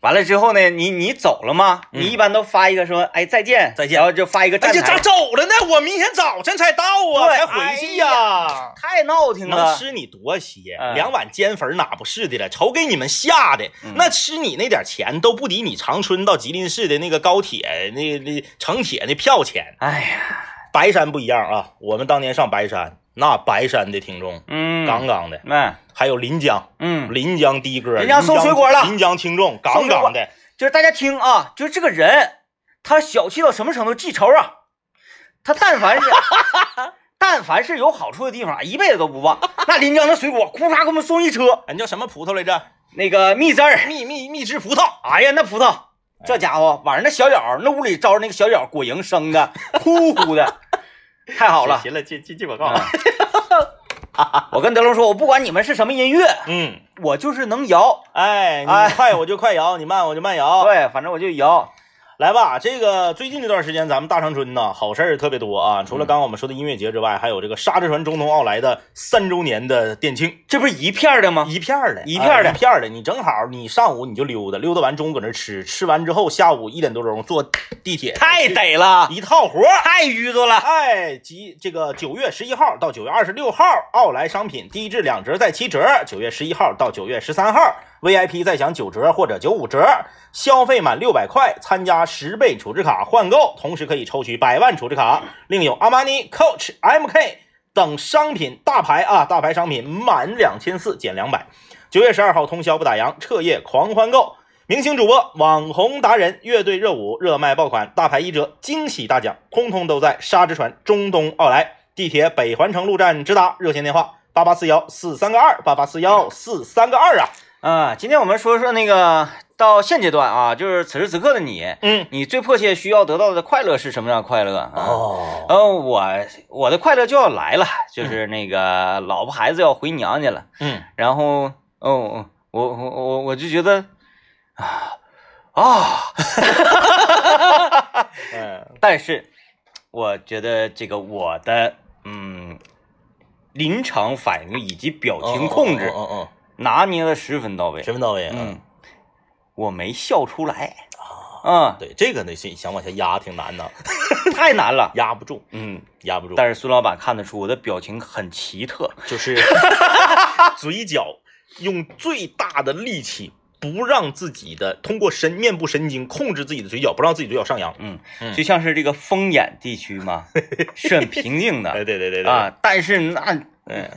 Speaker 1: 完了之后呢，你你走了吗？
Speaker 2: 嗯
Speaker 1: 你一般都发一个说，哎，再见，
Speaker 2: 再见
Speaker 1: 然后就发一个
Speaker 2: 哎
Speaker 1: 站
Speaker 2: 呀，
Speaker 1: 台
Speaker 2: 咋，走了呢？我明天早晨才到啊，
Speaker 1: 对
Speaker 2: 才回去
Speaker 1: 哎
Speaker 2: 呀
Speaker 1: 太闹挺
Speaker 2: 能
Speaker 1: 了。
Speaker 2: 吃你多些，
Speaker 1: 嗯
Speaker 2: 两碗煎粉哪不是的了？瞅给你们吓的，那吃你那点钱都不抵你长春到吉林市的那个高铁、那那城铁那票钱。
Speaker 1: 哎呀，
Speaker 2: 白山不一样啊，我们当年上白山，那白山的听众
Speaker 1: 嗯，
Speaker 2: 杠杠的，
Speaker 1: 嗯
Speaker 2: 还有临江，
Speaker 1: 嗯，
Speaker 2: 临江的哥，
Speaker 1: 人家送水果了
Speaker 2: 临江听众杠
Speaker 1: 送水果
Speaker 2: 杠的，
Speaker 1: 就是大家听啊，就是这个人，他小气到什么程度？记仇啊！他但凡 是，但凡是有好处的地方，一辈子都不忘。那临江的水果，库嚓给我们送一车，
Speaker 2: 俺叫什么葡萄来着？
Speaker 1: 那个蜜汁儿，
Speaker 2: 蜜蜜蜜汁葡萄，
Speaker 1: 哎呀，那葡萄，这家伙晚上那小脚，那屋里招着那个小脚果蝇生的，呼呼的，太好了。
Speaker 2: 行了，进进进广告啊，
Speaker 1: 嗯我跟德龙说，我不管你们是什么音乐，
Speaker 2: 嗯，
Speaker 1: 我就是能摇。
Speaker 2: 哎，
Speaker 1: 哎
Speaker 2: 你快我就快摇，你慢我就慢摇，
Speaker 1: 对，反正我就摇。
Speaker 2: 来吧，这个最近这段时间，咱们大长春呐，好事儿特别多啊。除了刚刚我们说的音乐节之外，还有这个沙之船中通奥莱的三周年的店庆，
Speaker 1: 这不是一片儿的吗？
Speaker 2: 一片儿的，
Speaker 1: 一片儿的
Speaker 2: 啊一片儿的。你正好，你上午你就溜达，溜达完中午搁那吃，吃完之后下午一点多钟坐地铁，
Speaker 1: 太逮了，
Speaker 2: 一套活儿。
Speaker 1: 太淤着了。
Speaker 2: 哎，即这个九月十一号到九月二十六号，奥莱商品低至两折再七折；九月十一号到九月十三号，VIP 再享九折或者九五折。消费满六百块，参加十倍储值卡换购，同时可以抽取百万储值卡。另有阿玛尼、Coach、MK。等商品大牌啊大牌商品满两千四减两百。九月十二号通宵不打烊，彻夜狂欢购。明星主播、网红达人、乐队热舞热卖爆款，大牌一折，惊喜大奖，通通都在沙之船中东奥莱。地铁北环城路站直达，热线电话八八四幺四三个二八八四幺四三个二啊。
Speaker 1: 啊，今天我们说说那个到现阶段啊，就是此时此刻的你，
Speaker 2: 嗯，
Speaker 1: 你最迫切需要得到的快乐是什么样的快乐啊？
Speaker 2: 哦，
Speaker 1: 嗯，我我的快乐就要来了，就是那个老婆孩子要回娘家了，
Speaker 2: 嗯，
Speaker 1: 然后，哦，我我我我就觉得，啊啊，
Speaker 2: 嗯，
Speaker 1: 但是我觉得这个我的嗯临场反应以及表情控制
Speaker 2: 嗯嗯，
Speaker 1: 拿捏的十分到位，
Speaker 2: 十分到位，
Speaker 1: 哦
Speaker 2: 啊
Speaker 1: 嗯，，我没笑出来 啊，
Speaker 2: 对，这个呢，想想往下压挺难的，
Speaker 1: 太难了，
Speaker 2: 压不住，
Speaker 1: 嗯，
Speaker 2: 压不住，
Speaker 1: 但是孙老板看得出我的表情很奇特，
Speaker 2: 就是嘴角用最大的力气。不让自己的通过神面部神经控制自己的嘴角，不让自己嘴角上扬。
Speaker 1: 嗯，
Speaker 2: 嗯
Speaker 1: 就像是这个丰眼地区 嘛，是很平静的
Speaker 2: 哎，对对对嗯对，
Speaker 1: 啊，但是那，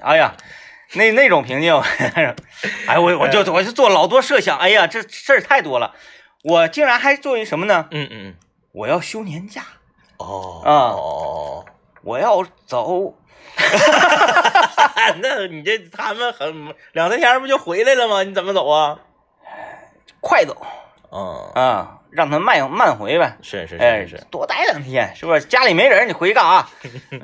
Speaker 1: 哎呀，那那种平静， 哎，我我
Speaker 2: 嗯
Speaker 1: 就我就做老多设想，哎呀，这事儿太多了，我竟然还做一什么呢？
Speaker 2: 嗯嗯嗯，
Speaker 1: 我要休年假，
Speaker 2: 哦
Speaker 1: 啊
Speaker 2: 哦，
Speaker 1: 我要走，
Speaker 2: 啊， 那你这他们很两三天不就回来了吗？你怎么走啊？
Speaker 1: 快走
Speaker 2: 嗯，
Speaker 1: 啊，让他慢慢回呗。
Speaker 2: 是是
Speaker 1: 哎，，多待两天，是不是？家里没人，你回去干 啥？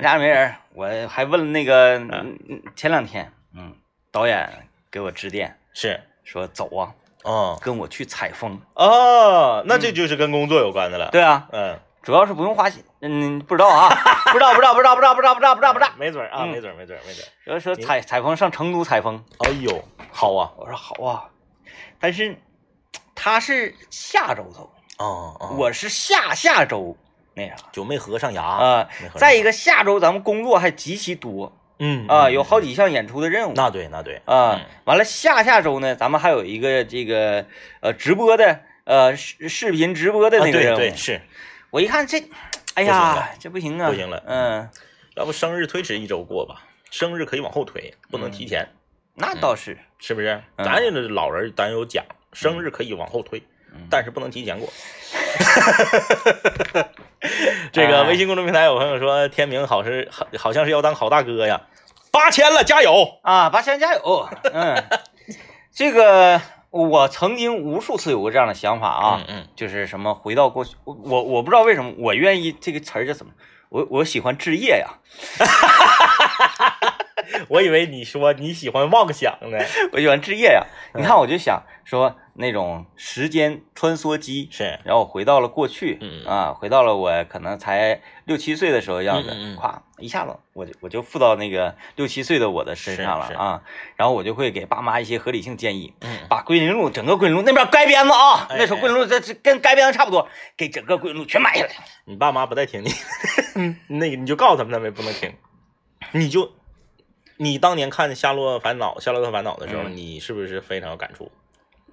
Speaker 1: 家里没人，我还问了那个嗯前两天，嗯，导演给我致电
Speaker 2: 是，
Speaker 1: 说走啊，
Speaker 2: 嗯，
Speaker 1: 跟我去采风。
Speaker 2: 哦，那这就是跟工作有关的了。，
Speaker 1: 对啊，
Speaker 2: 嗯，
Speaker 1: 主要是不用花钱，嗯，不知道 啊，不知道，不知道，不知道，不知道，不知道，不知道，不知道，不知道。
Speaker 2: 没准儿啊，
Speaker 1: 嗯
Speaker 2: 没准儿，没准儿，没准儿。
Speaker 1: 说说采采风上成都采风，
Speaker 2: 哎呦，好啊，
Speaker 1: 我说好啊，但是他是下周走，
Speaker 2: 哦哦，
Speaker 1: 我是下下周那啥
Speaker 2: 九妹合上牙
Speaker 1: 啊
Speaker 2: 没合。理
Speaker 1: 再一个，下周咱们工作还极其多
Speaker 2: 嗯
Speaker 1: 啊，
Speaker 2: 嗯
Speaker 1: 有好几项演出的任务。
Speaker 2: 那对那对，
Speaker 1: 啊
Speaker 2: 嗯，
Speaker 1: 完了下下周呢，咱们还有一个这个呃直播的呃视视频直播的
Speaker 2: 啊
Speaker 1: 那个
Speaker 2: 对
Speaker 1: 任务。
Speaker 2: 对是，
Speaker 1: 我一看这，哎
Speaker 2: 不行
Speaker 1: 呀
Speaker 2: 了，
Speaker 1: 这不行啊，
Speaker 2: 不行了
Speaker 1: 嗯，
Speaker 2: 要不生日推迟一周过吧？生日可以往后推，不能提前，
Speaker 1: 那倒是，
Speaker 2: 是不是？
Speaker 1: 嗯
Speaker 2: 咱这老人咱有讲，生日可以往后推，
Speaker 1: 嗯
Speaker 2: 但是不能提前过。这个微信公众平台有朋友说，天明好是好好像是要当好大哥呀，八千了，加油！
Speaker 1: 啊，八千加油，嗯，这个我曾经无数次有过这样的想法啊，
Speaker 2: 嗯
Speaker 1: 就是什么回到过去，我我我不知道为什么我愿意这个词儿叫什么，我我喜欢置业呀，
Speaker 2: 嗯，我以为你说你喜欢妄想呢，
Speaker 1: 我喜欢置业呀，你看我就想说那种时间穿梭机，
Speaker 2: 是，
Speaker 1: 然后回到了过去，
Speaker 2: 嗯
Speaker 1: 啊，回到了我可能才六七岁的时候样子，
Speaker 2: 嗯嗯嗯
Speaker 1: 咵一下子我就我就附到那个六七岁的我的身上了
Speaker 2: 是是
Speaker 1: 啊，然后我就会给爸妈一些合理性建议，
Speaker 2: 嗯，
Speaker 1: 把桂林路整个桂林路那边街边子啊，
Speaker 2: 哎
Speaker 1: 那时候桂林路这这跟街边子差不多，给整个桂林路全买下来，
Speaker 2: 你爸妈不带听你，嗯， 那个你就告诉他们，他们也不能听，你就。你当年看《夏洛烦恼》《夏洛特烦恼》的时候，
Speaker 1: 嗯
Speaker 2: 你是不是非常有感触？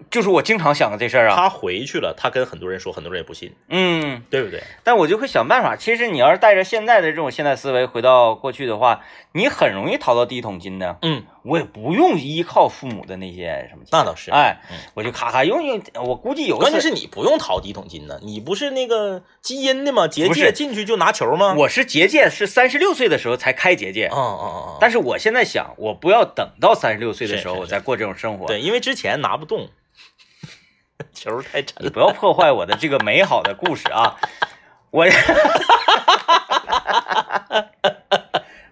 Speaker 1: 就是我经常想的这事儿啊，
Speaker 2: 他回去了，他跟很多人说，很多人也不信，
Speaker 1: 嗯，
Speaker 2: 对不对？
Speaker 1: 但我就会想办法。其实你要是带着现在的这种现代思维回到过去的话，你很容易淘到第一桶金的。
Speaker 2: 嗯，
Speaker 1: 我也不用依靠父母的那些什么钱，
Speaker 2: 那倒是。
Speaker 1: 哎
Speaker 2: 嗯，
Speaker 1: 我就咔咔用用，我估计有一次
Speaker 2: 关键是你不用淘第一桶金呢，你不是那个基因的吗？结
Speaker 1: 不
Speaker 2: 界
Speaker 1: 是
Speaker 2: 进去就拿球吗？
Speaker 1: 我是结界是三十六岁的时候才开结界
Speaker 2: 嗯，嗯嗯嗯，
Speaker 1: 但是我现在想，我不要等到三十六岁的
Speaker 2: 是
Speaker 1: 时候
Speaker 2: 是
Speaker 1: 我再过这种生活。
Speaker 2: 对，因为之前拿不动，球太沉
Speaker 1: 你
Speaker 2: 了。
Speaker 1: 不要破坏我的这个美好的故事啊！我，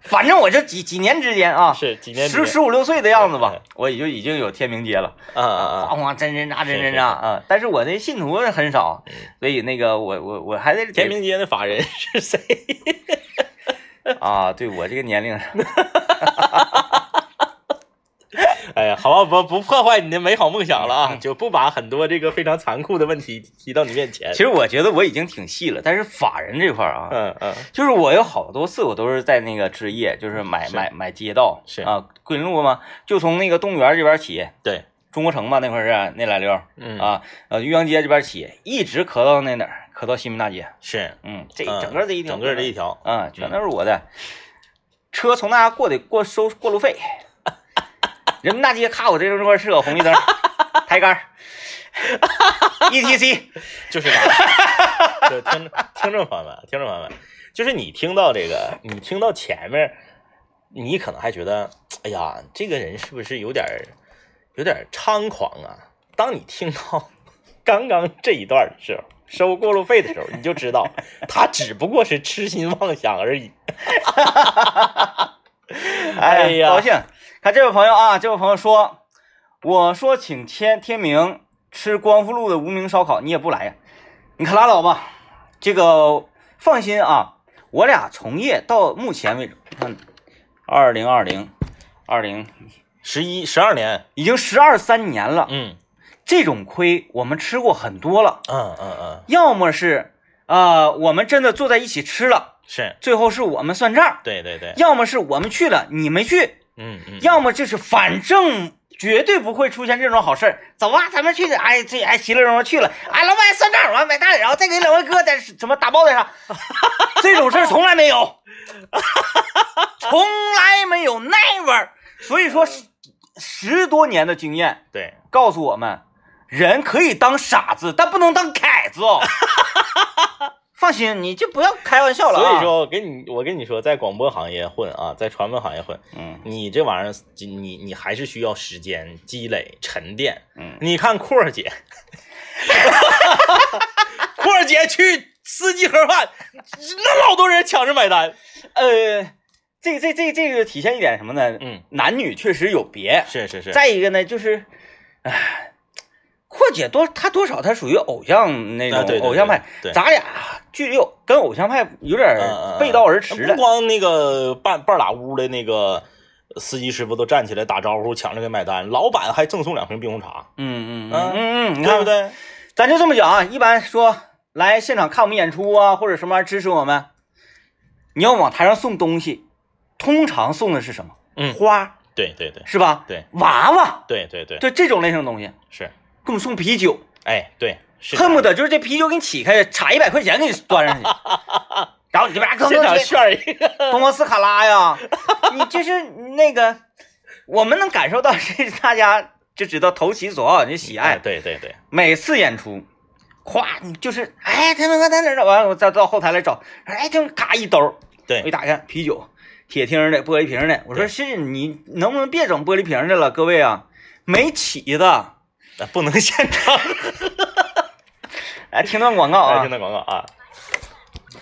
Speaker 1: 反正我这几几年之间啊，
Speaker 2: 是几年之
Speaker 1: 十
Speaker 2: 间
Speaker 1: 十五六岁的样子吧
Speaker 2: 嗯，
Speaker 1: 我也就已经有天明街了，
Speaker 2: 啊啊
Speaker 1: 哗
Speaker 2: 啊！
Speaker 1: 哗真真扎真
Speaker 2: 是
Speaker 1: 真
Speaker 2: 是
Speaker 1: 扎啊！但是我那信徒很少
Speaker 2: 嗯，
Speaker 1: 所以那个我我我还得
Speaker 2: 天明街的法人是谁？
Speaker 1: 啊，对我这个年龄，
Speaker 2: 哎呀，好吧，不不破坏你的美好梦想了
Speaker 1: 嗯
Speaker 2: 啊， 就不把很多这个非常残酷的问题提到你面前
Speaker 1: 其。实我觉得我已经挺细了，但是法人这块儿啊，
Speaker 2: 嗯嗯，
Speaker 1: 就是我有好多次我都是在那个置业，就是买
Speaker 2: 是
Speaker 1: 买买街道
Speaker 2: 是
Speaker 1: 啊，桂林路嘛，就从那个动物园这边起，
Speaker 2: 对，
Speaker 1: 中国城嘛那块儿是那俩溜儿
Speaker 2: 嗯
Speaker 1: 啊，呃岳阳街这边起，一直磕到那哪儿，磕到西门大街，
Speaker 2: 是
Speaker 1: 嗯，这
Speaker 2: 嗯
Speaker 1: 整个这一条，
Speaker 2: 整个这一条，
Speaker 1: 啊，全都是我的。车从那家过得过收过路费。人民大街，咔，我这这块是个红绿灯，抬杆儿 E，ETC，
Speaker 2: 就是啥就听听众朋友们，啊听众朋友们，就是你听到这个，你听到前面儿，你可能还觉得，哎呀，这个人是不是有点儿有点儿猖狂啊？当你听到刚刚这一段儿的时候，收过路费的时候，你就知道他只不过是痴心妄想而已。 哎呀
Speaker 1: 高兴。看这位朋友啊，这位朋友说，我说请天天明吃光复路的无名烧烤，你也不来呀？你可拉倒吧。这个放心啊，我俩从业到目前为止，看二零二零二零
Speaker 2: 十一、十二年，
Speaker 1: 已经十二三年了，
Speaker 2: 嗯
Speaker 1: 这种亏我们吃过很多了。
Speaker 2: 嗯嗯嗯，
Speaker 1: 要么是啊、呃我们真的坐在一起吃了，
Speaker 2: 是
Speaker 1: 最后是我们算账；
Speaker 2: 对对对，
Speaker 1: 要么是我们去了，你没去；
Speaker 2: 嗯嗯，
Speaker 1: 要么就是反正绝对不会出现这种好事儿。走啊，咱们去！哎，这哎，其乐融融去了。哎，老板算账，完买单，然后再给两位哥再什么打包点啥， 这种事儿从来没有，从来没有，never。所以说十十多年的经验，
Speaker 2: 对，
Speaker 1: 告诉我们，人可以当傻子，但不能当凯子 哦。放心，你就不要开玩笑了、啊。
Speaker 2: 所以，说我跟你我跟你说，在广播行业混啊，在传媒行业混，
Speaker 1: 嗯
Speaker 2: 你这玩意儿，你你还是需要时间积累沉淀。
Speaker 1: 嗯，
Speaker 2: 你看阔儿姐， 阔儿姐去司机盒饭，那老多人抢着买单。
Speaker 1: 呃，这这这这个体现一点什么呢？
Speaker 2: 嗯，
Speaker 1: 男女确实有别。
Speaker 2: 是是是，
Speaker 1: 再一个呢，就是，唉，阔姐多，她多少她属于偶像那种、
Speaker 2: 啊对对对
Speaker 1: 偶像派
Speaker 2: 对，
Speaker 1: 咱俩距离有跟偶像派有点
Speaker 2: 嗯嗯嗯
Speaker 1: 背道而驰
Speaker 2: 不
Speaker 1: 了。
Speaker 2: 光那个半半拉屋的那个司机师傅都站起来打招呼，抢着给买单，老板还赠送两瓶冰红茶，
Speaker 1: 嗯嗯
Speaker 2: 嗯
Speaker 1: 嗯嗯嗯，你
Speaker 2: 对
Speaker 1: 看
Speaker 2: 不对？
Speaker 1: 咱就这么讲啊，一般说来现场看我们演出啊，或者什么玩意儿支持我们，你要往台上送东西，通常送的是什么？
Speaker 2: 嗯
Speaker 1: 花
Speaker 2: 对对对
Speaker 1: 是吧？
Speaker 2: 对
Speaker 1: 娃娃，
Speaker 2: 对对对，
Speaker 1: 对这种类型的东西，给
Speaker 2: 是，
Speaker 1: 我们送啤酒，
Speaker 2: 哎，对，是
Speaker 1: 恨不
Speaker 2: 得
Speaker 1: 得就是这啤酒给你起开，插一百块钱给你端 上去，然后你这边啊
Speaker 2: 现场
Speaker 1: 去
Speaker 2: 炫一 个。
Speaker 1: 东方斯卡拉呀，你就是那个，我们能感受到是大家就知道投其所好，你喜爱
Speaker 2: 哎，，对对对，
Speaker 1: 每次演出，夸你就是，哎，天明哥在哪儿找？完，我再到后台来找，哎，就咔一兜，我一
Speaker 2: 对，
Speaker 1: 打开啤酒，铁听的、玻璃瓶的，我说
Speaker 2: 对
Speaker 1: 是你能不能别整玻璃瓶的了，各位啊，没起的，
Speaker 2: 那不能现场。
Speaker 1: 哎，听段广告
Speaker 2: 哎，
Speaker 1: 啊
Speaker 2: 听，到广告啊。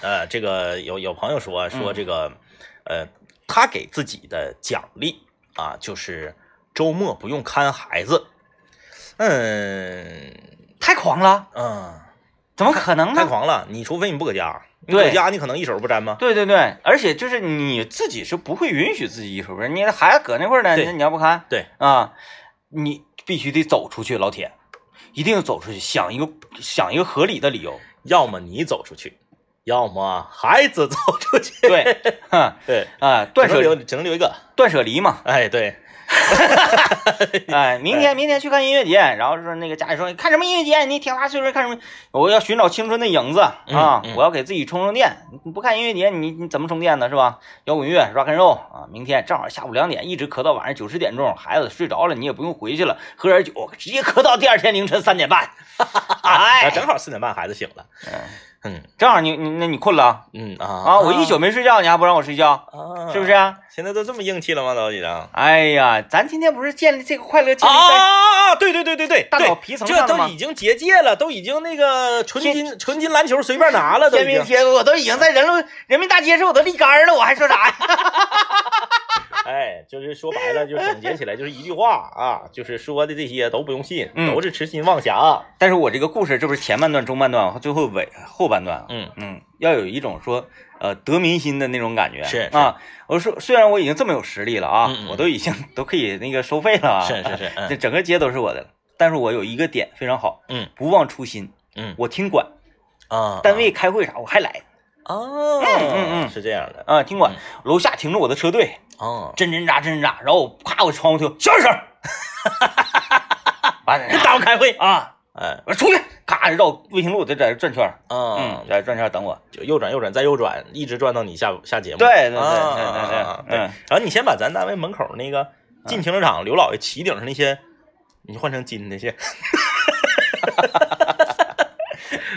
Speaker 2: 呃，这个有有朋友说啊
Speaker 1: 嗯
Speaker 2: 说这个，呃，他给自己的奖励啊，就是周末不用看孩子。嗯
Speaker 1: 太狂了，
Speaker 2: 嗯，
Speaker 1: 怎么可能
Speaker 2: 太
Speaker 1: 呢？
Speaker 2: 狂了！你除非你不搁家，你
Speaker 1: 对
Speaker 2: 搁家你可能一手不沾吗？
Speaker 1: 对对对，而且就是你自己是不会允许自己一手不是？你的孩子搁那块儿呢，
Speaker 2: 对
Speaker 1: 那你要不看
Speaker 2: 对，
Speaker 1: 啊，你必须得走出去，老铁，一定要走出去，想一个想一个合理的理由，
Speaker 2: 要么你走出去，要么孩子走出去。
Speaker 1: 对， 哼。
Speaker 2: 对，
Speaker 1: 啊，断
Speaker 2: 只能留
Speaker 1: 舍
Speaker 2: 只能留一个。
Speaker 1: 断舍离嘛，
Speaker 2: 哎，对，
Speaker 1: 哎，明天明天去看音乐节，然后说那个家里说看什么音乐节，你挺大岁数看什么？我要寻找青春的影子啊，
Speaker 2: 嗯嗯
Speaker 1: 我要给自己充充电。你不看音乐节，你你怎么充电呢？是吧？摇滚乐 rock and roll 啊，明天正好下午两点，一直咳到晚上九十点钟，孩子睡着了，你也不用回去了，喝点酒，直接咳到第二天凌晨三点 半。
Speaker 2: 啊，
Speaker 1: 哎，
Speaker 2: 正好四点半孩子醒了。嗯
Speaker 1: 正好你你那你困了啊
Speaker 2: 嗯啊
Speaker 1: 啊？我一宿没睡觉，你还不让我睡觉，
Speaker 2: 啊
Speaker 1: 是不是？啊？
Speaker 2: 现在都这么硬气了吗？老李啊？
Speaker 1: 哎呀，咱今天不是建立这个快乐建立在
Speaker 2: 啊！对对对对对，
Speaker 1: 大
Speaker 2: 对
Speaker 1: 脑皮层
Speaker 2: 这
Speaker 1: 上的
Speaker 2: 都
Speaker 1: 吗
Speaker 2: 已经结界了，都已经那个纯
Speaker 1: 天
Speaker 2: 金纯金篮球随便拿了，都已
Speaker 1: 天
Speaker 2: 经
Speaker 1: 明。街，我都已经在人路人民大街上我都立杆了，我还说啥呀？
Speaker 2: 哎，就是说白了，就总结起来就是一句话啊，就是说的这些都不用信，
Speaker 1: 嗯
Speaker 2: 都是痴心妄想。
Speaker 1: 但是我这个故事，这不是前半段、中半段，最后尾后半段啊，
Speaker 2: 嗯
Speaker 1: 嗯，要有一种说呃得民心的那种感觉，
Speaker 2: 是是
Speaker 1: 啊。我说虽然我已经这么有实力了啊，
Speaker 2: 嗯嗯
Speaker 1: 我都已经都可以那个收费了啊，
Speaker 2: 是 是是，
Speaker 1: 这
Speaker 2: 嗯
Speaker 1: 整个街都是我的了。但是我有一个点非常好，
Speaker 2: 嗯
Speaker 1: 不忘初心，
Speaker 2: 嗯
Speaker 1: 我听管，
Speaker 2: 啊，
Speaker 1: 单位开会啥我还来
Speaker 2: 哦，
Speaker 1: 嗯嗯
Speaker 2: 是这样的
Speaker 1: 啊，听管
Speaker 2: 嗯，
Speaker 1: 楼下停着我的车队，
Speaker 2: 哦，
Speaker 1: 真真扎真真扎， 然后我啪我窗户就小点声，完了
Speaker 2: 耽误开会
Speaker 1: 啊，
Speaker 2: 哎，
Speaker 1: 我说出去，咔绕卫星路在这转圈儿，
Speaker 2: 嗯
Speaker 1: 嗯，，在这转圈儿等我。
Speaker 2: 就右转右转再右转，一直转到你下下节目。
Speaker 1: 对对对对
Speaker 2: 啊
Speaker 1: 对
Speaker 2: 啊
Speaker 1: 对，嗯，
Speaker 2: 然后你先把咱单位门口那个进停车场刘老爷骑顶上那些，你换成金那些。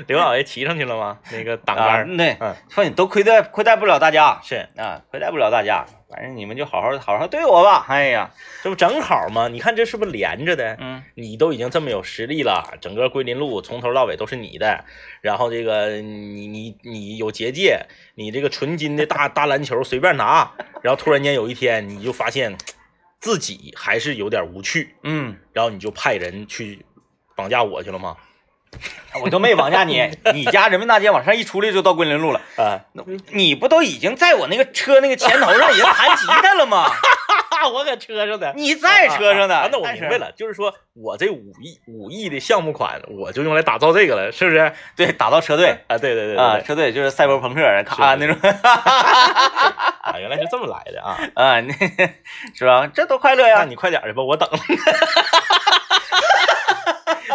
Speaker 2: 刘老爷骑上去了吗？那个挡杆
Speaker 1: 啊，
Speaker 2: 儿、
Speaker 1: 对
Speaker 2: 嗯，
Speaker 1: 说你都亏待亏待不了大家
Speaker 2: 是，
Speaker 1: 啊，亏待不了大家，反正你们就好好好好对我吧。哎呀，
Speaker 2: 这不正好吗？你看这是不是连着的？
Speaker 1: 嗯，
Speaker 2: 你都已经这么有实力了，整个桂林路从头到尾都是你的，然后这个你你你有结界，你这个纯金的大 大篮球随便拿，然后突然间有一天你就发现自己还是有点无趣，
Speaker 1: 嗯，
Speaker 2: 然后你就派人去绑架我去了吗？
Speaker 1: 我都没绑架 你，你家人民大街往上一出来就到桂林路了，
Speaker 2: 啊、
Speaker 1: 那你不都已经在我那个车那个前头上已经弹吉他了吗？
Speaker 2: 哈，我搁车上呢。
Speaker 1: 你在车上呢？
Speaker 2: 啊，那我
Speaker 1: 在
Speaker 2: 明
Speaker 1: 车
Speaker 2: 白了，就是说我这五亿五亿的项目款，我就用来打造这个了，是不是？
Speaker 1: 对，打到车队
Speaker 2: 啊，对对对对
Speaker 1: 啊，
Speaker 2: 对，
Speaker 1: 车队就是赛博朋克，咔那
Speaker 2: 是
Speaker 1: 种
Speaker 2: 啊，原来是这么来的啊！
Speaker 1: 啊，那 是吧？这多快乐
Speaker 2: 那
Speaker 1: 呀！
Speaker 2: 你快点儿去吧，我等。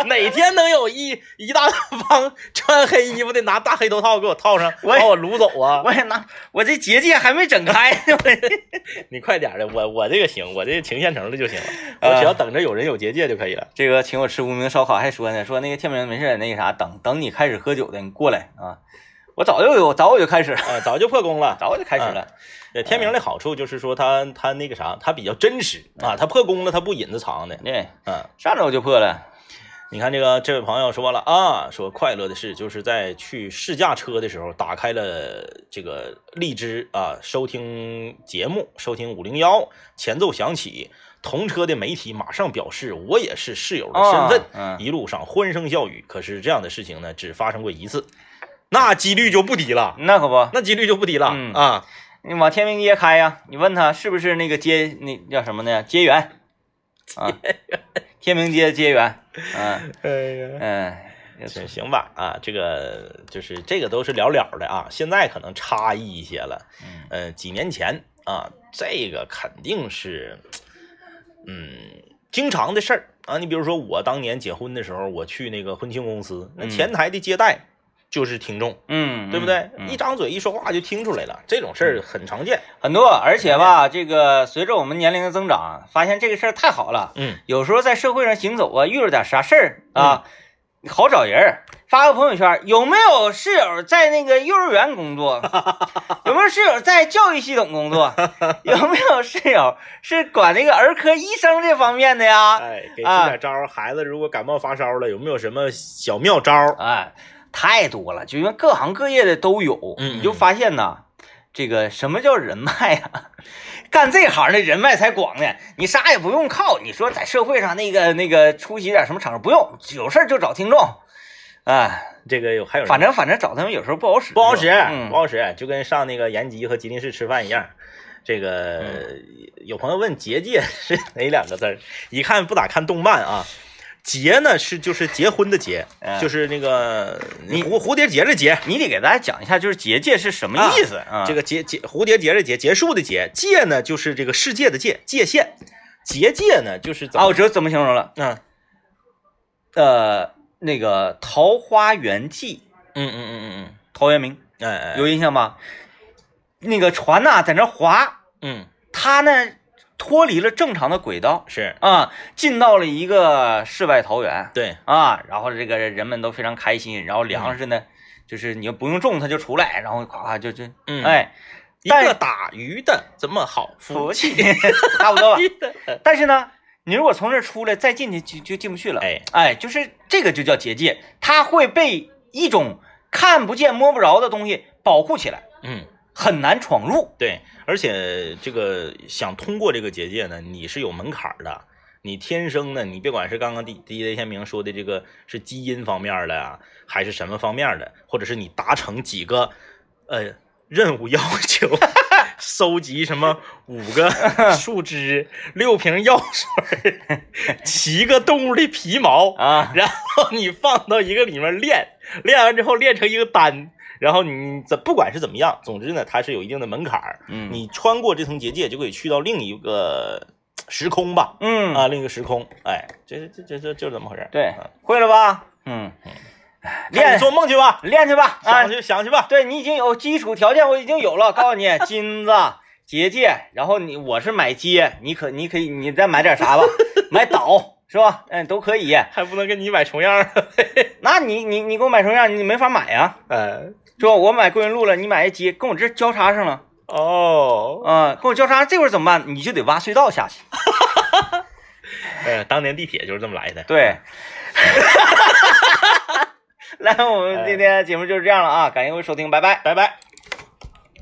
Speaker 2: 哪天能有一一大帮穿黑衣服的拿大黑头套给我套上，
Speaker 1: 我也
Speaker 2: 把我掳走啊！
Speaker 1: 我也拿我这结界还没整开呢，我
Speaker 2: 你快点儿的，我我这个行，我这个情县城的就行了，
Speaker 1: 啊
Speaker 2: 我只要等着有人有结界就可以了。
Speaker 1: 这个请我吃无名烧烤，还说呢，说那个天明没事，那个啥，等等你开始喝酒的，你过来啊！我早就有，早我就开始，
Speaker 2: 啊，早就破功了。
Speaker 1: 早我就开始了。
Speaker 2: 对天明的好处就是说他他那个啥，他比较真实啊，他破功了，他不隐着藏的。
Speaker 1: 对，
Speaker 2: 嗯，
Speaker 1: 上周就破了，
Speaker 2: 你看这个这位朋友说了啊，说快乐的事就是在去试驾车的时候打开了这个荔枝啊，收听节目，收听五零幺，前奏响起，同车的媒体马上表示我也是室友的身份，
Speaker 1: 啊嗯
Speaker 2: 一路上欢声笑语。可是这样的事情呢，只发生过一次，那几率就不低了，
Speaker 1: 那可不，
Speaker 2: 那几率就不低了、
Speaker 1: 嗯
Speaker 2: 啊。
Speaker 1: 你往天明街开呀，你问他是不是那个接那叫什么呢？接 缘啊，天明街接缘， 嗯
Speaker 2: 哎呀。
Speaker 1: 嗯，
Speaker 2: 行行吧，啊，这个就是这个都是了了的啊，现在可能差异一些了。
Speaker 1: 嗯
Speaker 2: 呃，几年前啊，这个肯定是，嗯，经常的事儿啊。你比如说我当年结婚的时候，我去那个婚庆公司，那
Speaker 1: 嗯
Speaker 2: 前台的接待就是听众，
Speaker 1: 嗯，
Speaker 2: 对不对？
Speaker 1: 嗯
Speaker 2: 一张嘴一说话就听出来了，这种事儿很常见。
Speaker 1: 很多，而且吧，这个随着我们年龄的增长，发现这个事儿太好了。
Speaker 2: 嗯，
Speaker 1: 有时候在社会上行走啊，遇到点啥事儿啊，好找人儿，发个朋友圈，有没有室友在那个幼儿园工作？ 有没有室友在教育系统工作？有没有室友是管那个儿科医生这方面的呀？
Speaker 2: 哎，给出
Speaker 1: 啊
Speaker 2: 点招儿，孩子如果感冒发烧了，有没有什么小妙招儿？
Speaker 1: 哎，太多了，就因为各行各业的都有，
Speaker 2: 嗯嗯
Speaker 1: 你就发现呐，这个什么叫人脉啊？ 干这行的人脉才广呢，你啥也不用靠。你说在社会上那个那个出席点什么场合不用，有事儿就找听众，哎，
Speaker 2: 这个有还有人
Speaker 1: 反正反正找他们有时候不好使，
Speaker 2: 不好使，
Speaker 1: 是吧嗯
Speaker 2: 不好使，就跟上那个延吉和吉林市吃饭一样。这个、
Speaker 1: 嗯
Speaker 2: 有朋友问结界是哪两个字儿，一看不咋看动漫啊。结呢是就是结婚的结，
Speaker 1: 嗯
Speaker 2: 就是那个
Speaker 1: 你
Speaker 2: 蝴蝴蝶结的结，
Speaker 1: 你得给大家讲一下，就是结界是什么意思啊？
Speaker 2: 这个结结蝴蝶结的结，结束的结。界呢就是这个世界的界界限，结界呢就是怎
Speaker 1: 啊，
Speaker 2: 么
Speaker 1: 我知道怎么形容了，
Speaker 2: 嗯
Speaker 1: 呃，那个《桃花源记
Speaker 2: 嗯嗯嗯》，
Speaker 1: 陶渊明
Speaker 2: 嗯，哎哎，
Speaker 1: 有印象吧？那个船呐、在那划。
Speaker 2: 嗯
Speaker 1: 他呢脱离了正常的轨道
Speaker 2: 是
Speaker 1: 啊，进到了一个世外桃源
Speaker 2: 对，
Speaker 1: 啊，然后这个人们都非常开心，然后粮食呢，就是你不用种它就出来，然后夸夸就就
Speaker 2: 嗯
Speaker 1: 哎，
Speaker 2: 一
Speaker 1: 但
Speaker 2: 个打鱼的怎么好福气？
Speaker 1: 差不多 吧。
Speaker 2: 的，
Speaker 1: 但是呢，你如果从这儿出来再进去就就进不去了，
Speaker 2: 哎
Speaker 1: 哎，就是这个就叫结界，它会被一种看不见摸不着的东西保护起来，
Speaker 2: 嗯。
Speaker 1: 很难闯入。
Speaker 2: 对，而且这个想通过这个结界呢，你是有门槛儿的。你天生呢，你别管是刚刚 D D J 天明说的这个是基因方面儿的啊，还是什么方面儿的，或者是你达成几个呃任务要求， 收集什么五个树枝、六瓶药水儿、七个动物的皮毛，
Speaker 1: 啊，
Speaker 2: 然后你放到一个里面练，练完之后练成一个单，然后你怎不管是怎么样，总之呢，它是有一定的门槛儿。
Speaker 1: 嗯
Speaker 2: 你穿过这层结界，就可以去到另一个呃时空吧？
Speaker 1: 嗯
Speaker 2: 啊，另一个时空。哎，这这这这就是这么回事儿。
Speaker 1: 对
Speaker 2: 啊，
Speaker 1: 会了吧？嗯，
Speaker 2: 练
Speaker 1: 练
Speaker 2: 做梦去吧，
Speaker 1: 练去吧，啊
Speaker 2: 想，去想去吧。
Speaker 1: 对你已经有基础条件，我已经有 了。告诉你，金子、结界，然后你我是买街，你可你可以你再买点啥 吧，买岛是吧？嗯，都可以。
Speaker 2: 还不能跟你买重样 儿，
Speaker 1: 那你你你给我买成这样，你没法买呀、
Speaker 2: 呃，
Speaker 1: 是吧？我买桂云路了，你买一街，跟我这交叉上了，
Speaker 2: 哦，
Speaker 1: 啊、跟我交叉，这会儿怎么办？你就得挖隧道下去。
Speaker 2: 呃，当年地铁就是这么来的。
Speaker 1: 对， 来，我们今天节目就是这样了啊，感谢各位收听，拜拜。
Speaker 2: 拜拜。